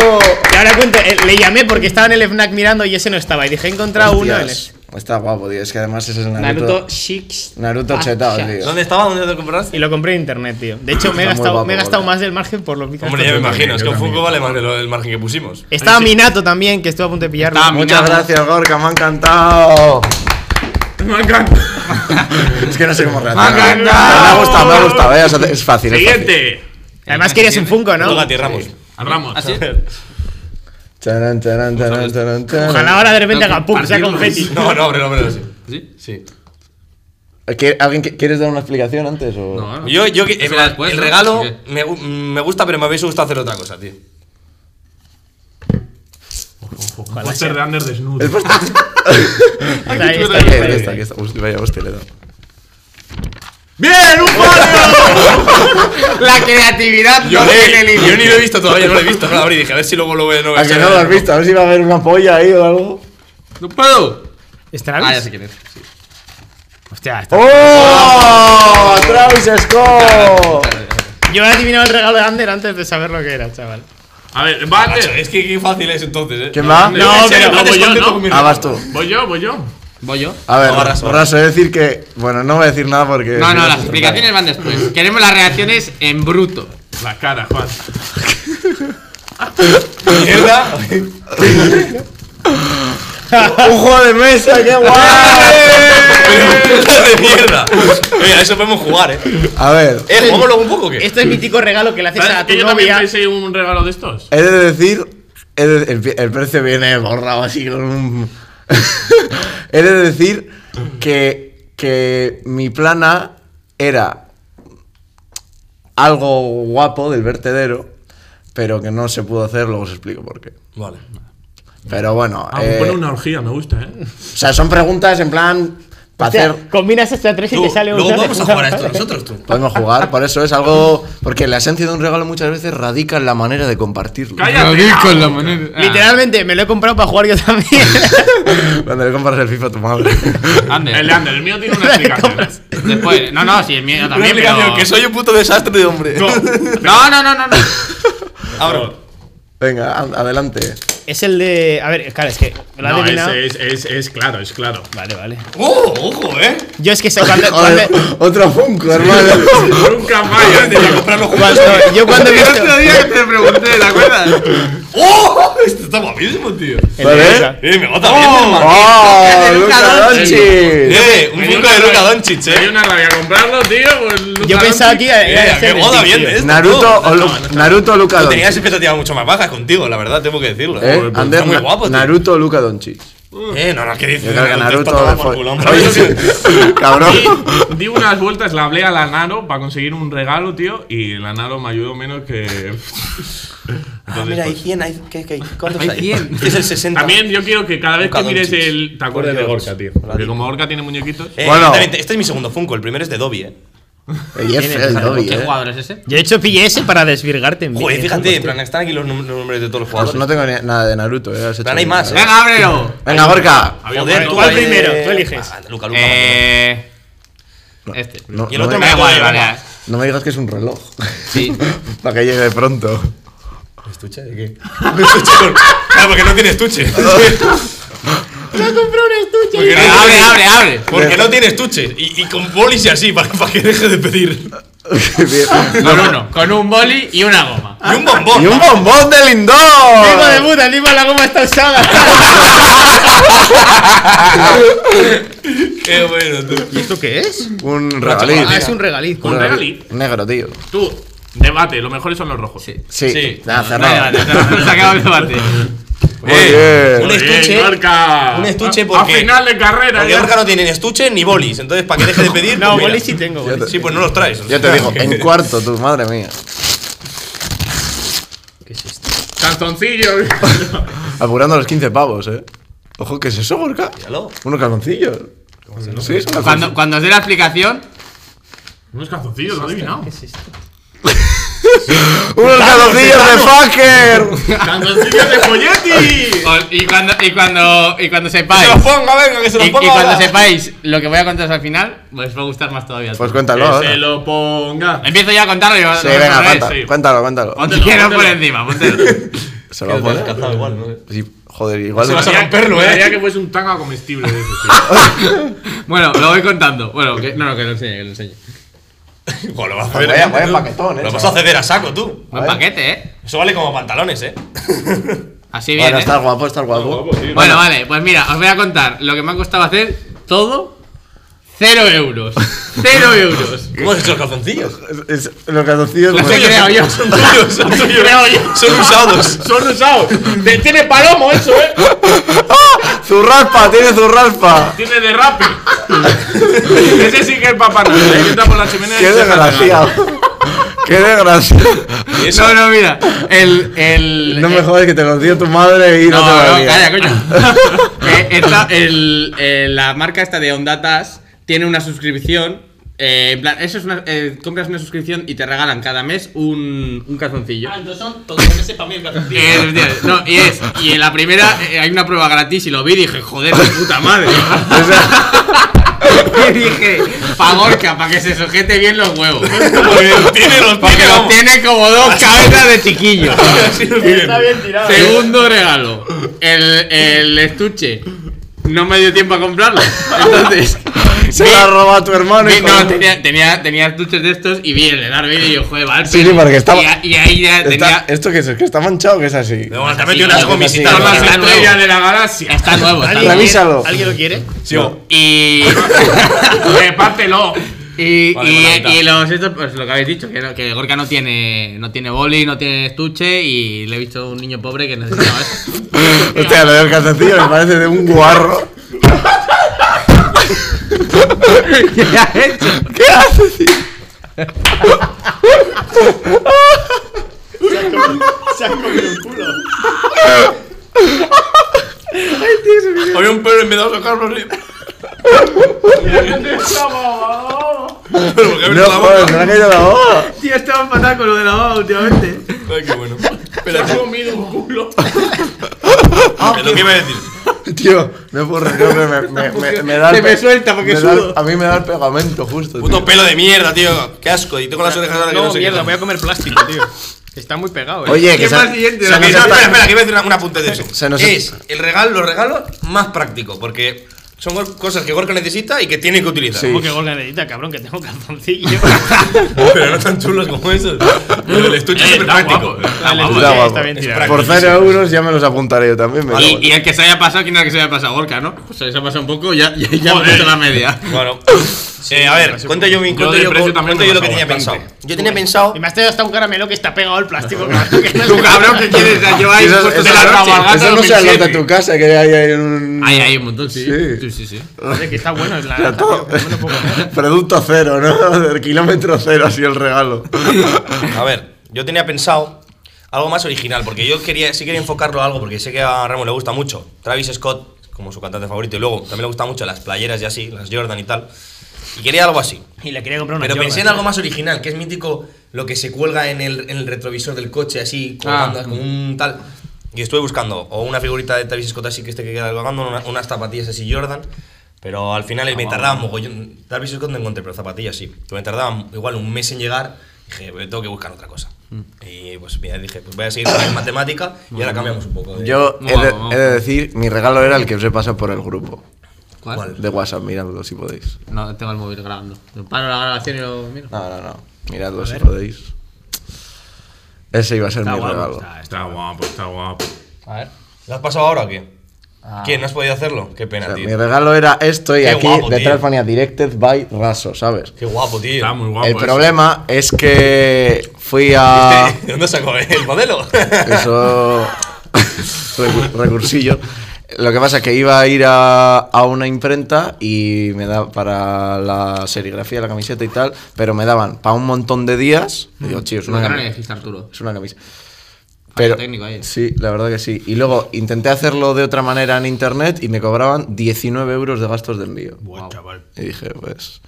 [SPEAKER 6] Y ahora cuento, eh, le llamé porque estaba en el FNAC mirando y ese no estaba. Y dije, he encontrado uno en el.
[SPEAKER 2] Hostias, Está guapo, tío. Es que además ese es el Naruto.
[SPEAKER 6] Naruto Ah, Shix.
[SPEAKER 2] Naruto chetado, tío.
[SPEAKER 3] ¿Dónde estaba? ¿Dónde te compraste?
[SPEAKER 6] Y lo compré en internet, tío. De hecho, me he
[SPEAKER 2] Está muy
[SPEAKER 6] gastado,
[SPEAKER 2] guapo,
[SPEAKER 6] me he gastado
[SPEAKER 2] Gorka.
[SPEAKER 6] más del margen por los micros.
[SPEAKER 3] Hombre, ya me imagino. Es que
[SPEAKER 4] yo
[SPEAKER 3] un Funko
[SPEAKER 4] también.
[SPEAKER 3] vale más que lo- el margen que pusimos.
[SPEAKER 6] Estaba Minato también, que estuve a punto de pillarlo.
[SPEAKER 5] Estaba
[SPEAKER 2] Muchas gracias, Gorka, me ha encantado.
[SPEAKER 4] Me encanta.
[SPEAKER 2] Es que no sé cómo
[SPEAKER 5] Me ha
[SPEAKER 2] reaccionar.
[SPEAKER 5] encantado.
[SPEAKER 2] Me ha gustado, me ha gustado. eh, o sea, es fácil. es fácil.
[SPEAKER 4] Siguiente.
[SPEAKER 6] Además, querías un Funko, ¿no?
[SPEAKER 3] Tú, Gati Ramos.
[SPEAKER 4] A Ramos.
[SPEAKER 5] ¿Ah, sí?
[SPEAKER 2] Charan, charan, charan, charan, charan.
[SPEAKER 6] Ojalá ahora de repente
[SPEAKER 5] Tengo que
[SPEAKER 6] haga pum, sea
[SPEAKER 4] partirlo.
[SPEAKER 6] confeti.
[SPEAKER 3] No, no, hombre, no, hombre, no, sí.
[SPEAKER 5] ¿Sí?
[SPEAKER 3] Sí.
[SPEAKER 2] ¿Qui- ¿Alguien qui- quieres dar una explicación antes? O?
[SPEAKER 5] No, no.
[SPEAKER 3] Yo, yo, que-
[SPEAKER 5] Eso
[SPEAKER 3] eh,
[SPEAKER 5] va
[SPEAKER 3] mira,
[SPEAKER 5] después,
[SPEAKER 3] el
[SPEAKER 5] ¿no?
[SPEAKER 3] regalo
[SPEAKER 5] ¿O qué?
[SPEAKER 3] me, gu- me gusta, pero me hubiese gustado hacer otra cosa, tío.
[SPEAKER 4] Un póster de Ander desnudo.
[SPEAKER 2] El póster-
[SPEAKER 6] Está ahí, está ahí,
[SPEAKER 2] Aquí
[SPEAKER 6] está ahí.
[SPEAKER 2] está, aquí está. Hostia, vaya, hostia, le he dado.
[SPEAKER 4] ¡Bien! ¡Un palio!
[SPEAKER 5] La creatividad no tiene
[SPEAKER 3] Eh, yo ni
[SPEAKER 5] límite.
[SPEAKER 3] lo he visto todavía, no lo he visto. No lo abrí, dije, a ver si luego lo veo. No
[SPEAKER 2] A que no lo has visto, a ver si va a haber una polla ahí o algo.
[SPEAKER 5] ¡No puedo!
[SPEAKER 6] ¿Estará
[SPEAKER 5] Ah, ya
[SPEAKER 6] bien?
[SPEAKER 5] sé quién es. sí.
[SPEAKER 6] Hostia, está-
[SPEAKER 2] ¡Oh! ¡Travis Scott!
[SPEAKER 6] Yo he adivinado el regalo de Ander antes de saber lo que era, chaval.
[SPEAKER 4] A ver, va
[SPEAKER 3] Macho,
[SPEAKER 4] Ander.
[SPEAKER 3] Ah, es que qué fácil es entonces, eh.
[SPEAKER 2] ¿Quién va?
[SPEAKER 4] No,
[SPEAKER 3] En serio,
[SPEAKER 4] pero
[SPEAKER 3] no
[SPEAKER 4] como yo,
[SPEAKER 3] descontento
[SPEAKER 4] ¿no?
[SPEAKER 3] con este mi
[SPEAKER 2] Ah,
[SPEAKER 3] regalo.
[SPEAKER 2] vas tú.
[SPEAKER 4] Voy yo, voy yo.
[SPEAKER 5] ¿Voy yo?
[SPEAKER 2] A ver,
[SPEAKER 3] No, Raso.
[SPEAKER 2] Raso, he de decir que. Bueno, no voy a decir nada porque.
[SPEAKER 5] No, no, las explicaciones van después. Queremos las reacciones en bruto.
[SPEAKER 4] Las caras, Juan.
[SPEAKER 3] Mierda.
[SPEAKER 2] ¡Un juego de mesa! ¡Qué guay!
[SPEAKER 3] de mierda. Mira, eso podemos jugar, eh.
[SPEAKER 2] A ver,
[SPEAKER 3] Eh, jugamos luego un poco, o ¿qué?
[SPEAKER 6] Esto Este es mítico regalo que le haces
[SPEAKER 4] ¿Sabes
[SPEAKER 6] a tu
[SPEAKER 4] que yo también
[SPEAKER 6] novia.
[SPEAKER 4] pensé un regalo de estos?
[SPEAKER 2] he de decir. he de- el, pi- el precio viene borrado así con un. he de decir que. Que mi plana era. Algo guapo del vertedero, pero que no se pudo hacer, luego os explico por qué.
[SPEAKER 3] Vale.
[SPEAKER 2] Pero bueno.
[SPEAKER 4] Ah,
[SPEAKER 2] eh,
[SPEAKER 4] pone una orgía, me gusta, eh.
[SPEAKER 2] O sea, son preguntas en plan para
[SPEAKER 6] O sea,
[SPEAKER 2] hacer.
[SPEAKER 6] combinas estas tres y
[SPEAKER 3] Tú,
[SPEAKER 6] te sale un.
[SPEAKER 3] luego vamos a jugar a esto nosotros, tú.
[SPEAKER 2] Podemos jugar, por eso es algo. Porque la esencia de un regalo muchas veces radica en la manera de compartirlo.
[SPEAKER 4] ¡Cállate!
[SPEAKER 5] con la manera. Ah.
[SPEAKER 6] Literalmente, me lo he comprado para jugar yo también.
[SPEAKER 2] Cuando le compras el FIFA a tu madre.
[SPEAKER 5] Ander.
[SPEAKER 4] El de Ander, el mío tiene una explicación.
[SPEAKER 5] Después. No, no, sí, el mío
[SPEAKER 3] Una
[SPEAKER 5] también.
[SPEAKER 3] explicación,
[SPEAKER 5] pero-
[SPEAKER 3] que soy un puto desastre de hombre.
[SPEAKER 5] No, no, no, no. no.
[SPEAKER 3] Abro.
[SPEAKER 2] Venga, a- adelante.
[SPEAKER 6] es el de. A ver, claro, es que. Me lo ha
[SPEAKER 4] No, es,
[SPEAKER 6] adivinado.
[SPEAKER 4] es, es, es claro, es claro.
[SPEAKER 6] Vale, vale.
[SPEAKER 3] ¡Oh, ojo, eh!
[SPEAKER 6] Yo es que sé cuando.
[SPEAKER 2] Joder,
[SPEAKER 6] cuando-
[SPEAKER 2] otro Funko, hermano.
[SPEAKER 4] Nunca más.
[SPEAKER 3] Tenía que comprarlo
[SPEAKER 6] cuando-
[SPEAKER 3] juntos.
[SPEAKER 6] yo cuando he visto.
[SPEAKER 5] día que te pregunté, ¿te acuerdas?
[SPEAKER 3] ¡Oh! Esto está guapísimo, tío.
[SPEAKER 6] El de
[SPEAKER 2] Vale.
[SPEAKER 6] Luca.
[SPEAKER 3] Eh, me va también, hermano.
[SPEAKER 2] ¡Oh! ¡Luca Doncic!
[SPEAKER 3] Eh, un poco de Luka Doncic,
[SPEAKER 4] Hay
[SPEAKER 3] eh.
[SPEAKER 4] una rabia comprarlo, tío. pues, Luka
[SPEAKER 6] Yo pensaba que
[SPEAKER 4] Doncic.
[SPEAKER 6] iba
[SPEAKER 3] Eh,
[SPEAKER 6] era
[SPEAKER 3] qué
[SPEAKER 6] Celtic,
[SPEAKER 3] moda
[SPEAKER 6] tío.
[SPEAKER 3] bien, eh.
[SPEAKER 2] Naruto o Lu- Naruto o Luca
[SPEAKER 3] Tenías
[SPEAKER 2] Doncic.
[SPEAKER 3] expectativas mucho más bajas contigo, la verdad, tengo que decirlo.
[SPEAKER 2] ¿Eh?
[SPEAKER 3] Está
[SPEAKER 2] Ander,
[SPEAKER 3] muy
[SPEAKER 2] Na-
[SPEAKER 3] guapo, tío.
[SPEAKER 2] Naruto o Luca Doncic.
[SPEAKER 3] Eh, no, no, que dices.
[SPEAKER 2] Yo creo que
[SPEAKER 3] Te has
[SPEAKER 2] Naruto
[SPEAKER 3] pasado
[SPEAKER 2] de
[SPEAKER 3] por
[SPEAKER 2] fo-
[SPEAKER 3] culo, hombre.
[SPEAKER 2] Oye, sí, cabrón.
[SPEAKER 4] Y di unas vueltas, la hablé a la Naro para conseguir un regalo, tío, y la Naro me ayudó menos que. Entonces,
[SPEAKER 3] Ah, mira, hay
[SPEAKER 4] pues,
[SPEAKER 3] 100, hay, ¿qué, qué, cuántos
[SPEAKER 5] Hay
[SPEAKER 3] hay? Este
[SPEAKER 5] 100.
[SPEAKER 3] Es el 60.
[SPEAKER 4] también yo quiero que cada vez
[SPEAKER 3] Luka
[SPEAKER 4] que mires
[SPEAKER 3] Doncic.
[SPEAKER 4] el. Te acuerdes de
[SPEAKER 3] Gorka
[SPEAKER 4] Gorka, tío.
[SPEAKER 3] Doncic.
[SPEAKER 4] Porque como Gorka tiene muñequitos.
[SPEAKER 3] Eh,
[SPEAKER 2] Bueno.
[SPEAKER 3] exactamente, Este es mi segundo Funko, el primero es de Dobby, eh.
[SPEAKER 2] Oye, es feo el Dobby,
[SPEAKER 5] ¿Qué
[SPEAKER 2] eh.
[SPEAKER 5] jugador es ese?
[SPEAKER 6] Yo he hecho pillé ese para desvirgarte en
[SPEAKER 3] Joder,
[SPEAKER 6] vídeo,
[SPEAKER 3] fíjate, en
[SPEAKER 6] tío.
[SPEAKER 3] plan, están aquí los num- los nombres de todos los
[SPEAKER 2] Pues
[SPEAKER 3] jugadores.
[SPEAKER 2] no tengo ni- nada de Naruto, eh. has hecho
[SPEAKER 3] plan, hay
[SPEAKER 2] bien.
[SPEAKER 3] más.
[SPEAKER 5] Venga, ábrelo.
[SPEAKER 2] Venga, Gorka.
[SPEAKER 4] Había
[SPEAKER 3] Joder,
[SPEAKER 4] un-
[SPEAKER 3] tú,
[SPEAKER 6] ¿cuál
[SPEAKER 3] eh,
[SPEAKER 6] primero? Tú eliges.
[SPEAKER 3] ah, Luca, Luca,
[SPEAKER 5] Eh. Este.
[SPEAKER 2] No,
[SPEAKER 3] Y el
[SPEAKER 2] no
[SPEAKER 3] otro
[SPEAKER 2] me,
[SPEAKER 5] Da
[SPEAKER 3] me-
[SPEAKER 5] igual, vale. vale.
[SPEAKER 2] no me digas que es un reloj.
[SPEAKER 5] Sí.
[SPEAKER 2] Para que llegue pronto.
[SPEAKER 3] Luca. ¿Estuche de qué? Un estuche con- Claro, porque no tiene estuche. Porque no
[SPEAKER 5] Venga,
[SPEAKER 3] tiene-
[SPEAKER 5] abre, abre, abre.
[SPEAKER 3] Porque no tiene estuche. Y, y con bolis y así, para, para que deje de pedir.
[SPEAKER 2] Bien.
[SPEAKER 5] Con uno. Con un boli y una goma.
[SPEAKER 3] Y un bombón.
[SPEAKER 2] ¡Y un bombón de
[SPEAKER 6] ¡Hijo de
[SPEAKER 2] Lindor!
[SPEAKER 6] puta! ¡Lima la goma está usada!
[SPEAKER 3] Qué bueno, tú.
[SPEAKER 6] ¿Y esto qué es?
[SPEAKER 2] Un regalín.
[SPEAKER 6] Ah, es un regaliz.
[SPEAKER 4] Un regalí.
[SPEAKER 2] Negro, tío.
[SPEAKER 4] Tú, debate, lo mejor son los rojos.
[SPEAKER 5] Sí.
[SPEAKER 2] Sí.
[SPEAKER 3] Sí.
[SPEAKER 2] Nada,
[SPEAKER 5] Vale,
[SPEAKER 2] cerrado.
[SPEAKER 5] vale, Se acaba el debate.
[SPEAKER 2] Muy
[SPEAKER 3] Eh,
[SPEAKER 2] bien.
[SPEAKER 3] un
[SPEAKER 4] Muy bien,
[SPEAKER 3] estuche.
[SPEAKER 4] Gorka.
[SPEAKER 3] un estuche
[SPEAKER 4] A-
[SPEAKER 3] porque-
[SPEAKER 4] A final de carrera,
[SPEAKER 3] Porque
[SPEAKER 4] ya.
[SPEAKER 3] Orca no tiene ni estuche ni bolis. Entonces, para que deje de pedir.
[SPEAKER 6] No,
[SPEAKER 3] pues mira.
[SPEAKER 6] boli sí tengo. boli.
[SPEAKER 3] Sí, pues no los traes.
[SPEAKER 2] Yo te digo, en cuarto, tú, madre mía.
[SPEAKER 4] Calzoncillo.
[SPEAKER 2] Apurando los 15 pavos, eh. Ojo, ¿qué es eso, Gorka?
[SPEAKER 3] Míralo.
[SPEAKER 2] Unos calzoncillos. Sí, es una
[SPEAKER 5] Cuando, cuando os dé la explicación,
[SPEAKER 4] Unos calzoncillos, lo he adivinado.
[SPEAKER 2] ¡Unos calzoncillos de fucker!
[SPEAKER 4] ¡Calzoncillos de Folletti!
[SPEAKER 5] os- y cuando, y cuando, y cuando
[SPEAKER 3] Que
[SPEAKER 5] sepáis.
[SPEAKER 3] se los ponga, venga, que se
[SPEAKER 5] Y,
[SPEAKER 3] los
[SPEAKER 5] y
[SPEAKER 3] ponga.
[SPEAKER 5] cuando
[SPEAKER 3] ahora.
[SPEAKER 5] sepáis lo que voy a contaros al final, os va a gustar más todavía.
[SPEAKER 2] Pues
[SPEAKER 4] Que
[SPEAKER 2] cuéntalo ahora.
[SPEAKER 4] se lo ponga.
[SPEAKER 5] Empiezo ya a contarlo y
[SPEAKER 2] Sí, venga,
[SPEAKER 4] cuéntalo,
[SPEAKER 2] cuéntalo,
[SPEAKER 4] sí.
[SPEAKER 2] cuéntalo, cuéntalo.
[SPEAKER 5] Ponte quiero por
[SPEAKER 4] póntelo.
[SPEAKER 5] encima, póntelo.
[SPEAKER 2] Se lo voy a poner.
[SPEAKER 3] Calzado igual, no sé.
[SPEAKER 2] Sí, joder, igual.
[SPEAKER 3] Se va a
[SPEAKER 2] de-
[SPEAKER 3] sacar- romperlo, eh.
[SPEAKER 4] Molaría que fuese un tanga comestible de ese,
[SPEAKER 5] bueno, lo voy contando. Bueno, que, no, no, que lo enseñe, que lo enseñe.
[SPEAKER 3] Buah, lo vas a
[SPEAKER 2] Vaya-
[SPEAKER 3] hacer,
[SPEAKER 2] vaya
[SPEAKER 3] tú.
[SPEAKER 2] paquetón, eh,
[SPEAKER 3] Lo vas a
[SPEAKER 2] chaval.
[SPEAKER 3] ceder a saco, tú.
[SPEAKER 5] Buen paquete, eh.
[SPEAKER 3] Eso vale como pantalones, eh.
[SPEAKER 5] Así bien.
[SPEAKER 2] Bueno,
[SPEAKER 5] ¿eh?
[SPEAKER 2] está guapo, está guapo.
[SPEAKER 4] tío.
[SPEAKER 5] Bueno, vale, pues mira, os voy a contar lo que me ha costado hacer todo. Cero euros. Cero euros.
[SPEAKER 3] ¿Cómo has hecho los calzoncillos?
[SPEAKER 2] Es- es- Los calzoncillos.
[SPEAKER 5] Los he
[SPEAKER 2] bueno.
[SPEAKER 5] creado yo.
[SPEAKER 3] Son tuyos, son tuyos.
[SPEAKER 5] Creo yo.
[SPEAKER 3] Son usados.
[SPEAKER 4] Son usados. Te- Tiene palomo eso, eh.
[SPEAKER 2] ¡Zurraspa! ¡Tiene zurraspa!
[SPEAKER 4] Tiene derrape. ese sí que es papá Noel. eh, que Está por la chimenea. y
[SPEAKER 2] ¡Qué
[SPEAKER 4] se saca
[SPEAKER 2] desgraciado! ¡Qué desgraciado!
[SPEAKER 3] Y eso.
[SPEAKER 5] No, no, mira. El. el
[SPEAKER 2] No me
[SPEAKER 5] el-
[SPEAKER 2] jodas que te los dio tu madre y no,
[SPEAKER 5] No,
[SPEAKER 2] te lo
[SPEAKER 5] no,
[SPEAKER 2] haría.
[SPEAKER 5] calla, coño. Eh, esta- el- eh, la marca esta de Ondatas tiene una suscripción. eh, en plan, eso es una, eh, compras una suscripción y te regalan cada mes un, un calzoncillo.
[SPEAKER 7] Ah, son todos los meses para mí el calzoncillo.
[SPEAKER 5] Eh, efectivamente, no, y es, y en la primera eh, hay una prueba gratis y lo vi y dije, joder, de puta madre. y dije, pagorca, para que se sujete bien los huevos.
[SPEAKER 3] Porque los tiene, los
[SPEAKER 5] Porque
[SPEAKER 3] tiene,
[SPEAKER 5] los
[SPEAKER 3] vamos.
[SPEAKER 5] tiene como dos cabezas de chiquillo.
[SPEAKER 3] Así los tiene.
[SPEAKER 5] Segundo regalo, el, el estuche. No me dio tiempo a comprarlo. Entonces,
[SPEAKER 2] Se
[SPEAKER 5] vi-
[SPEAKER 2] la roba a tu hermano y
[SPEAKER 5] vi- no,
[SPEAKER 2] con-
[SPEAKER 5] tenía, tenía, tenía estuches de estos y vi el de Darby y yo, joder, vale.
[SPEAKER 2] Sí, sí,
[SPEAKER 5] peli".
[SPEAKER 2] porque estaba-
[SPEAKER 5] Y, a- y ahí ya
[SPEAKER 2] Está-
[SPEAKER 5] tenía.
[SPEAKER 2] ¿Esto qué es? ¿Es que está manchado o que es así?
[SPEAKER 3] Pero bueno, te ha
[SPEAKER 5] Así,
[SPEAKER 3] metido
[SPEAKER 5] así,
[SPEAKER 3] unas gomisitas.
[SPEAKER 5] así.
[SPEAKER 4] Son las
[SPEAKER 5] Está nuevo.
[SPEAKER 4] estrellas de la galaxia.
[SPEAKER 5] Está nuevo, está nuevo.
[SPEAKER 2] Revísalo.
[SPEAKER 6] ¿Alguien lo quiere?
[SPEAKER 3] Sí, o-
[SPEAKER 5] Y.
[SPEAKER 4] Repártelo.
[SPEAKER 5] Y,
[SPEAKER 3] Vale,
[SPEAKER 5] y-
[SPEAKER 3] con la mitad.
[SPEAKER 5] y los estos, pues lo que habéis dicho, que, no- que Gorka no tiene, no tiene boli, no tiene estuche y le he visto a un niño pobre que necesitaba eso.
[SPEAKER 2] Hostia, lo del calzoncillo me parece de un guarro.
[SPEAKER 5] ¿Qué ha hecho?
[SPEAKER 2] ¿Qué haces, tío?
[SPEAKER 3] Había un perro en vez de sacarlo así. Pero porque ha abierto
[SPEAKER 2] No,
[SPEAKER 3] la
[SPEAKER 2] joder, me
[SPEAKER 3] boca.
[SPEAKER 2] la ha caído la boca.
[SPEAKER 5] Tío, estaba fatal con lo de la baba últimamente.
[SPEAKER 3] Ay, qué bueno. Espérate.
[SPEAKER 4] comido un culo.
[SPEAKER 3] Es lo que iba a decir.
[SPEAKER 2] Tío, no puedo reír, me, me, me, me da el
[SPEAKER 5] Se me
[SPEAKER 2] pe-
[SPEAKER 5] suelta porque
[SPEAKER 2] me da el-
[SPEAKER 5] sudo.
[SPEAKER 2] A mí me da el pegamento justo. tío.
[SPEAKER 3] Puto pelo de mierda, tío. Qué asco. Y tengo las orejas ahora que no
[SPEAKER 7] No,
[SPEAKER 3] sé
[SPEAKER 7] mierda,
[SPEAKER 3] qué.
[SPEAKER 7] voy a comer plástico, tío. Que Está muy pegado, eh.
[SPEAKER 2] Oye, que
[SPEAKER 5] ¿Qué
[SPEAKER 2] se,
[SPEAKER 5] más siguiente?
[SPEAKER 2] se
[SPEAKER 5] La
[SPEAKER 2] nos
[SPEAKER 5] que
[SPEAKER 3] No,
[SPEAKER 2] está-
[SPEAKER 3] espera, espera, que iba a decir una- un apunte de eso.
[SPEAKER 2] Se nos-
[SPEAKER 3] es el regalo, los regalos más práctico, porque Son gor- cosas que Gorka necesita y que tiene que utilizar.
[SPEAKER 2] Sí.
[SPEAKER 6] ¿Cómo que Gorka necesita, cabrón? Que tengo calzoncillo.
[SPEAKER 3] Pero no tan chulos como esos. Pero el estuche es
[SPEAKER 4] Eh,
[SPEAKER 3] súper
[SPEAKER 4] está
[SPEAKER 3] práctico.
[SPEAKER 4] guapo. Está
[SPEAKER 6] Vale,
[SPEAKER 4] guapo.
[SPEAKER 6] ya
[SPEAKER 2] Está guapo.
[SPEAKER 6] está bien
[SPEAKER 2] Es
[SPEAKER 6] tirado.
[SPEAKER 2] Por cero euros ya me los apuntaré yo también. me cago en-
[SPEAKER 5] Y, y el que se haya pasado, ¿quién era el que se haya pasado? Gorka, ¿no? Pues se les ha pasado un poco, ya, ya, ya hemos
[SPEAKER 4] Joder.
[SPEAKER 5] hecho la media.
[SPEAKER 3] Bueno, eh, a ver, cuento yo, mi-
[SPEAKER 4] Yo
[SPEAKER 3] cuento
[SPEAKER 4] de
[SPEAKER 3] yo,
[SPEAKER 4] precio
[SPEAKER 3] co-
[SPEAKER 4] también
[SPEAKER 3] cuento
[SPEAKER 4] me
[SPEAKER 3] yo lo que
[SPEAKER 4] bajo
[SPEAKER 3] tenía pensado.
[SPEAKER 4] bastante.
[SPEAKER 3] Yo tenía pensado.
[SPEAKER 6] Y me has traído hasta un caramelo que está pegado al plástico.
[SPEAKER 5] Tú, cabrón, que quieres? Ya lleváis
[SPEAKER 2] Esas-
[SPEAKER 5] puestos de
[SPEAKER 2] esas-
[SPEAKER 5] pues, la cabalgata
[SPEAKER 2] esas no se
[SPEAKER 5] 2007.
[SPEAKER 2] alota en tu casa, que hay ahí un.
[SPEAKER 5] Hay, hay un montón, sí.
[SPEAKER 2] Sí.
[SPEAKER 5] Sí, sí, sí.
[SPEAKER 6] que está bueno, es la.
[SPEAKER 2] O sea, todo- Producto cero, ¿no? Del kilómetro cero, así el regalo.
[SPEAKER 3] A ver, yo tenía pensado algo más original, porque yo quería, sí quería enfocarlo a algo, porque sé que a Ramos le gusta mucho. Travis Scott, como su cantante favorito, y luego también le gustan mucho las playeras y así, las Jordan y tal. Y quería algo así.
[SPEAKER 6] Y le quería comprar una
[SPEAKER 3] Pero
[SPEAKER 6] yoga,
[SPEAKER 3] pensé en
[SPEAKER 6] tío.
[SPEAKER 3] algo más original, que es mítico lo que se cuelga en el, en el retrovisor del coche, así, colgando,
[SPEAKER 5] Ah.
[SPEAKER 3] como un tal. Y estuve buscando o una figurita de Travis Scott así que este que queda colgando, una- unas zapatillas así Jordan. Pero al
[SPEAKER 4] Ah,
[SPEAKER 3] final me tardaba mogollón. Travis Scott no encontré, pero zapatillas sí. Que me tardaba igual un mes en llegar. Dije, "Pues tengo que buscar otra cosa.
[SPEAKER 4] Mm.
[SPEAKER 3] Y pues mira, dije, pues voy a seguir con la matemática y ahora cambiamos un poco. de-
[SPEAKER 2] Yo he de,
[SPEAKER 5] Guau,
[SPEAKER 2] he de decir, mi regalo era el que os he pasado por el grupo
[SPEAKER 5] ¿Cuál?
[SPEAKER 2] de WhatsApp. Miradlo si podéis.
[SPEAKER 5] No, tengo el móvil grabando. Paro la grabación y lo miro.
[SPEAKER 2] No, no, no. Miradlo si podéis. Ese iba a ser mi regalo.
[SPEAKER 4] Está guapo, está guapo.
[SPEAKER 5] A ver.
[SPEAKER 3] ¿Lo has pasado ahora o qué? ¿Qué? ¿No has podido hacerlo? Qué pena,
[SPEAKER 2] Ah. O sea,
[SPEAKER 3] tío.
[SPEAKER 2] mi regalo era esto y
[SPEAKER 3] Qué
[SPEAKER 2] aquí
[SPEAKER 3] guapo,
[SPEAKER 2] detrás
[SPEAKER 3] tío.
[SPEAKER 2] ponía Directed by Raso, ¿sabes?
[SPEAKER 3] Qué guapo, tío.
[SPEAKER 4] Está muy guapo.
[SPEAKER 2] el
[SPEAKER 4] eso.
[SPEAKER 2] problema es que fui a.
[SPEAKER 3] ¿De dónde sacó el modelo?
[SPEAKER 2] Eso. recu- recursillo. Lo que pasa es que iba a ir a, a una imprenta y me da para la serigrafía, la camiseta y tal, pero me daban para un montón de días. Digo, chido, es
[SPEAKER 5] Una
[SPEAKER 2] una
[SPEAKER 5] cara Mm. le
[SPEAKER 2] camiseta.
[SPEAKER 5] dijiste Arturo.
[SPEAKER 2] Es una camiseta.
[SPEAKER 5] Pero,
[SPEAKER 2] Pero,
[SPEAKER 5] técnico ahí.
[SPEAKER 2] sí, la verdad que sí. Y luego intenté hacerlo de otra manera en internet y me cobraban 19 euros de gastos de envío.
[SPEAKER 5] Wow.
[SPEAKER 2] Y dije, pues.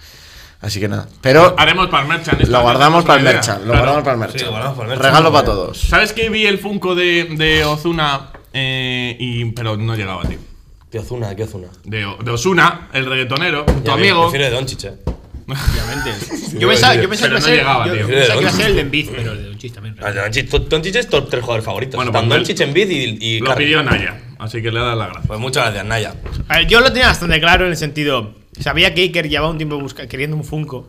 [SPEAKER 2] Así que nada. Pero
[SPEAKER 4] Haremos para el merchan. esta
[SPEAKER 2] lo
[SPEAKER 4] vez,
[SPEAKER 2] guardamos
[SPEAKER 4] tenemos
[SPEAKER 2] para el
[SPEAKER 4] una idea.
[SPEAKER 2] merchan. Lo
[SPEAKER 4] Ah, Claro.
[SPEAKER 2] guardamos para el
[SPEAKER 3] Sí, lo guardamos para el
[SPEAKER 2] merchan.
[SPEAKER 3] merchan.
[SPEAKER 2] Regalo para todos.
[SPEAKER 4] ¿Sabes que vi el Funko de, de Ozuna? eh, y, pero no llegaba, tío.
[SPEAKER 3] ¿Qué Ozuna? ¿Qué Ozuna?
[SPEAKER 4] De, O- de Ozuna, el reggaetonero, tu
[SPEAKER 3] Ya,
[SPEAKER 4] amigo.
[SPEAKER 3] Prefiero de Doncic, eh.
[SPEAKER 6] Yo pensaba, yo pensaba
[SPEAKER 4] Pero
[SPEAKER 6] que iba
[SPEAKER 4] no
[SPEAKER 6] a ser.
[SPEAKER 4] llegaba,
[SPEAKER 6] yo
[SPEAKER 4] tío.
[SPEAKER 6] pensaba que iba a ser el de Envid, pero el de un chiste también.
[SPEAKER 3] Ah, Doncic to- Doncic es top tres jugadores favoritos.
[SPEAKER 4] Bueno,
[SPEAKER 3] Bueno,
[SPEAKER 4] pues
[SPEAKER 3] Doncic, Embiid y, y
[SPEAKER 4] Lo
[SPEAKER 3] Curry.
[SPEAKER 4] pidió Naya, así que le da la gracia.
[SPEAKER 3] Pues muchas gracias, Naya.
[SPEAKER 6] A ver, yo lo tenía bastante claro en el sentido. Sabía que Iker llevaba un tiempo busca- queriendo un Funko.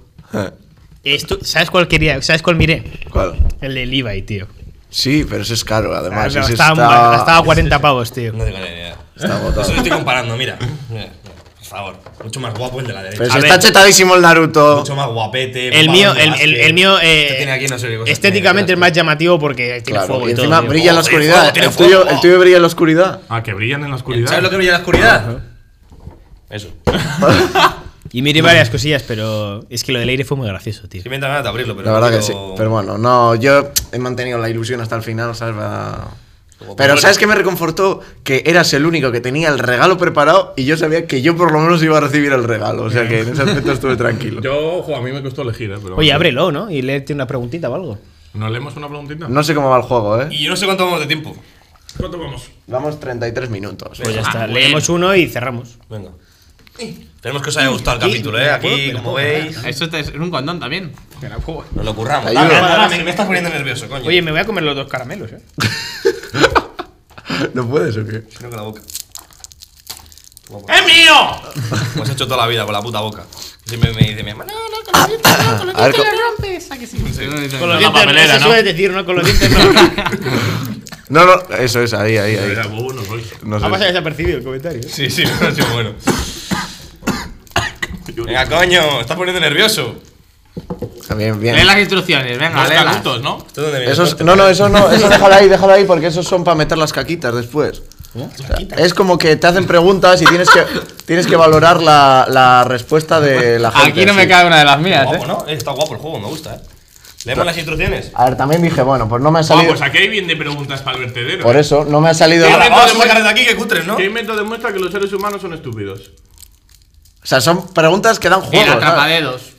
[SPEAKER 6] Esto, ¿Sabes cuál quería? ¿Sabes cuál miré?
[SPEAKER 2] ¿Cuál?
[SPEAKER 6] El de Levi, tío.
[SPEAKER 2] Sí, pero ese es caro, además.
[SPEAKER 6] Ah,
[SPEAKER 2] ese
[SPEAKER 6] estaba,
[SPEAKER 2] está-
[SPEAKER 6] estaba a 40 pavos, tío.
[SPEAKER 3] No tengo ni idea.
[SPEAKER 2] Está agotado.
[SPEAKER 3] Eso lo estoy comparando, mira. Mira, mira, Por favor. Mucho más guapo el de la
[SPEAKER 2] Pero
[SPEAKER 3] derecha.
[SPEAKER 2] si
[SPEAKER 6] A
[SPEAKER 2] está
[SPEAKER 6] ver.
[SPEAKER 2] chetadísimo el Naruto.
[SPEAKER 3] Mucho más guapete.
[SPEAKER 6] El
[SPEAKER 3] va
[SPEAKER 6] mío,
[SPEAKER 3] jugando
[SPEAKER 6] el, el-
[SPEAKER 3] básquet.
[SPEAKER 6] el mío eh,
[SPEAKER 3] Este tiene aquí no sé qué cosas
[SPEAKER 6] estéticamente es
[SPEAKER 3] tiene,
[SPEAKER 6] más llamativo porque tiene
[SPEAKER 2] Claro,
[SPEAKER 6] fuego
[SPEAKER 2] y
[SPEAKER 6] y todo.
[SPEAKER 2] encima
[SPEAKER 6] tío.
[SPEAKER 2] brilla en la
[SPEAKER 3] Joder,
[SPEAKER 2] oscuridad.
[SPEAKER 3] tiene
[SPEAKER 2] el, tuyo,
[SPEAKER 3] fuego.
[SPEAKER 2] el tuyo brilla en la oscuridad.
[SPEAKER 4] Ah, que brillan en la oscuridad.
[SPEAKER 3] ¿Sabes lo que brilla en la oscuridad? Eso.
[SPEAKER 6] Y miré varias cosillas, pero es que lo del aire fue muy gracioso, tío.
[SPEAKER 3] Sí me entra ganas de abrirlo, pero
[SPEAKER 2] La
[SPEAKER 3] no
[SPEAKER 2] verdad que sí.
[SPEAKER 3] quiero-
[SPEAKER 2] Pero bueno, no, yo he mantenido la ilusión hasta el final, ¿sabes? Va-
[SPEAKER 3] Como
[SPEAKER 2] Pero
[SPEAKER 3] tú
[SPEAKER 2] ¿sabes qué me reconfortó? Que eras el único que tenía el regalo preparado y yo sabía que yo por lo menos iba a recibir el regalo. O sea que en ese aspecto estuve tranquilo.
[SPEAKER 4] Yo, ojo, a mí me costó elegir, eh, pero.
[SPEAKER 6] Oye, ábrelo, ¿no? Y léete una preguntita o algo.
[SPEAKER 4] ¿Nos leemos una preguntita?
[SPEAKER 2] No sé cómo va el juego, ¿eh?
[SPEAKER 3] Y yo no sé cuánto vamos de tiempo.
[SPEAKER 4] ¿Cuánto vamos?
[SPEAKER 2] Vamos 33 minutos.
[SPEAKER 6] Pues ya
[SPEAKER 4] Ah,
[SPEAKER 6] está.
[SPEAKER 4] bueno.
[SPEAKER 6] Leemos uno y cerramos.
[SPEAKER 3] Venga. Esperemos que os haya gustado el capítulo, eh. Aquí, como veis,
[SPEAKER 5] Eso te- es un condón también.
[SPEAKER 3] nos lo curramos.
[SPEAKER 2] Ayuda.
[SPEAKER 3] Dale, dale, dale, me, me estás poniendo nervioso, coño.
[SPEAKER 6] Oye, me voy a comer los dos caramelos, ¿eh?
[SPEAKER 2] ¿No puedes o qué?
[SPEAKER 3] Creo que la boca.
[SPEAKER 4] ¡Es mío!
[SPEAKER 3] Como has Pues hecho toda la vida con la puta boca. Siempre me dice mi hermano, no, no, con los dientes, no, con los
[SPEAKER 2] A ver, co-
[SPEAKER 6] Con los
[SPEAKER 4] La
[SPEAKER 6] dientes,
[SPEAKER 4] papelera,
[SPEAKER 6] eso
[SPEAKER 4] ¿no?
[SPEAKER 6] sueles decir, ¿no? Con los dientes no.
[SPEAKER 2] No, no, eso es, ahí, ahí, ahí.
[SPEAKER 4] Era bobo, no soy.
[SPEAKER 2] No
[SPEAKER 6] Ha pasado
[SPEAKER 2] sé.
[SPEAKER 6] desapercibido el comentario. ¿eh?
[SPEAKER 3] Sí, sí, pero ha sido bueno. Venga, coño, estás poniendo nervioso.
[SPEAKER 2] Bien, bien.
[SPEAKER 5] Lee las instrucciones, venga,
[SPEAKER 4] Los
[SPEAKER 5] léelas.
[SPEAKER 4] canutos, ¿no?
[SPEAKER 3] ¿Tú dónde vienes?
[SPEAKER 2] Eso es- no, no, eso no, eso déjalo ahí, déjalo ahí porque esos son para meter las caquitas después. O sea, es como que te hacen preguntas y tienes que, tienes que valorar la, la respuesta de la gente.
[SPEAKER 5] Aquí no me
[SPEAKER 2] sí.
[SPEAKER 5] cabe una de las mías,
[SPEAKER 3] guapo,
[SPEAKER 5] eh.
[SPEAKER 3] ¿no? Eh, Está guapo el juego, me gusta, eh. Leemos las instrucciones.
[SPEAKER 2] A ver, también dije, bueno, pues no me ha
[SPEAKER 4] Vamos,
[SPEAKER 2] salido.
[SPEAKER 4] pues aquí hay bien de preguntas para el vertedero. ¿eh?
[SPEAKER 2] Por eso, no me ha salido.
[SPEAKER 3] Venga,
[SPEAKER 2] O
[SPEAKER 3] vamos a sacar de aquí que cutres, ¿no?
[SPEAKER 4] ¿Qué invento demuestra que los seres humanos son estúpidos?
[SPEAKER 2] sea, son preguntas que dan juego.
[SPEAKER 5] El
[SPEAKER 2] ¿sabes?
[SPEAKER 5] atrapadedos.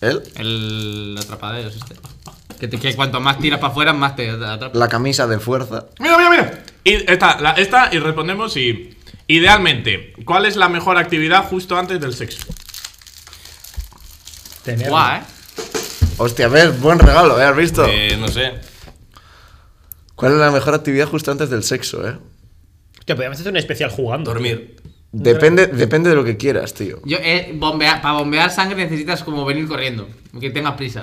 [SPEAKER 2] ¿El?
[SPEAKER 5] El atrapadedos este. Que, te- que cuanto más tiras para afuera, más te atrapas.
[SPEAKER 2] La camisa de fuerza.
[SPEAKER 4] Mira, mira, mira. Y esta, la- esta y respondemos y. Idealmente, ¿cuál es la mejor actividad justo antes del sexo?
[SPEAKER 5] Guau, eh.
[SPEAKER 2] Hostia, ves, buen regalo, ¿eh? ¿Has visto?
[SPEAKER 3] Eh, no sé.
[SPEAKER 2] ¿Cuál es la mejor actividad justo antes del sexo, eh?
[SPEAKER 6] Hostia, podríamos hacer un especial jugando.
[SPEAKER 3] Dormir.
[SPEAKER 2] Depende, depende de lo que quieras, tío.
[SPEAKER 5] Yo, eh, bombear, para bombear sangre necesitas como venir corriendo, que tengas prisa.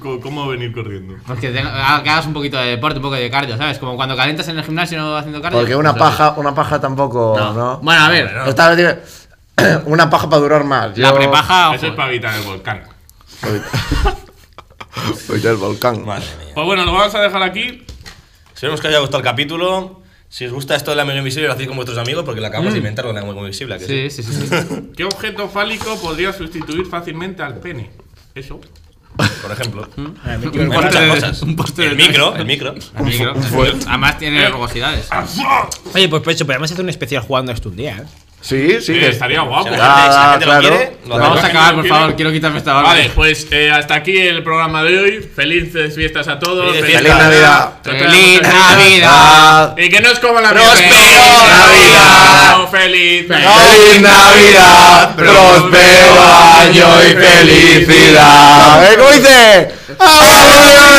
[SPEAKER 4] Co- ¿Cómo venir corriendo?
[SPEAKER 5] Pues que, tenga- que hagas un poquito de deporte, un poco de cardio, ¿sabes? Como cuando calentas en el gimnasio no haciendo cardio.
[SPEAKER 2] Porque una
[SPEAKER 5] pues así.
[SPEAKER 2] paja, una paja tampoco, ¿no?
[SPEAKER 5] Bueno, a ver,
[SPEAKER 2] Esta vez digo, una paja para durar más.
[SPEAKER 5] la
[SPEAKER 3] Ah,
[SPEAKER 5] prepaja.
[SPEAKER 4] Eso es
[SPEAKER 5] ojo.
[SPEAKER 4] para evitar el volcán.
[SPEAKER 2] Pues ya el volcán.
[SPEAKER 3] Madre mía.
[SPEAKER 4] Pues bueno, lo vamos a dejar aquí.
[SPEAKER 3] Esperemos que os haya gustado el capítulo. Si os gusta esto de la amigo invisible, lo hacéis con vuestros amigos porque la acabamos de inventar con la amigo invisible. ¿a que
[SPEAKER 5] Sí, sí, sí. sí.
[SPEAKER 4] ¿Qué objeto fálico podría sustituir fácilmente al pene? Eso.
[SPEAKER 3] Por ejemplo.
[SPEAKER 6] Ah, me
[SPEAKER 3] Hay
[SPEAKER 6] quiero-
[SPEAKER 3] muchas
[SPEAKER 5] postre de-
[SPEAKER 3] cosas.
[SPEAKER 5] un postre
[SPEAKER 3] el
[SPEAKER 5] de-
[SPEAKER 3] micro, el micro.
[SPEAKER 5] El micro. Además tiene rugosidades.
[SPEAKER 6] Oye, pues Pecho, podríamos hacer un especial jugando esto un día, ¿eh?
[SPEAKER 2] Sí, sí.
[SPEAKER 4] Eh,
[SPEAKER 2] que-
[SPEAKER 4] estaría guapo.
[SPEAKER 3] Si la gente, si la gente
[SPEAKER 2] Ah,
[SPEAKER 3] lo
[SPEAKER 2] claro.
[SPEAKER 3] quiere, lo
[SPEAKER 2] Claro.
[SPEAKER 3] hacemos.
[SPEAKER 5] Vamos a acabar, por favor, quiero quitarme esta barba.
[SPEAKER 4] Vale, pues eh, hasta aquí el programa de hoy. Felices fiestas a todos.
[SPEAKER 3] Felices
[SPEAKER 2] Feliz Navidad.
[SPEAKER 4] Nos vemos
[SPEAKER 5] ¡Feliz
[SPEAKER 4] en-
[SPEAKER 2] Ah,
[SPEAKER 5] Navidad!
[SPEAKER 4] Y que no os coma la
[SPEAKER 3] ¡Próspero
[SPEAKER 2] Navidad!
[SPEAKER 4] ¡No, ¡Feliz
[SPEAKER 2] ¡Feliz Navidad! ¡Prospero año y felicidad! ¿Eh? ¿Cómo dice? ¡Adiós!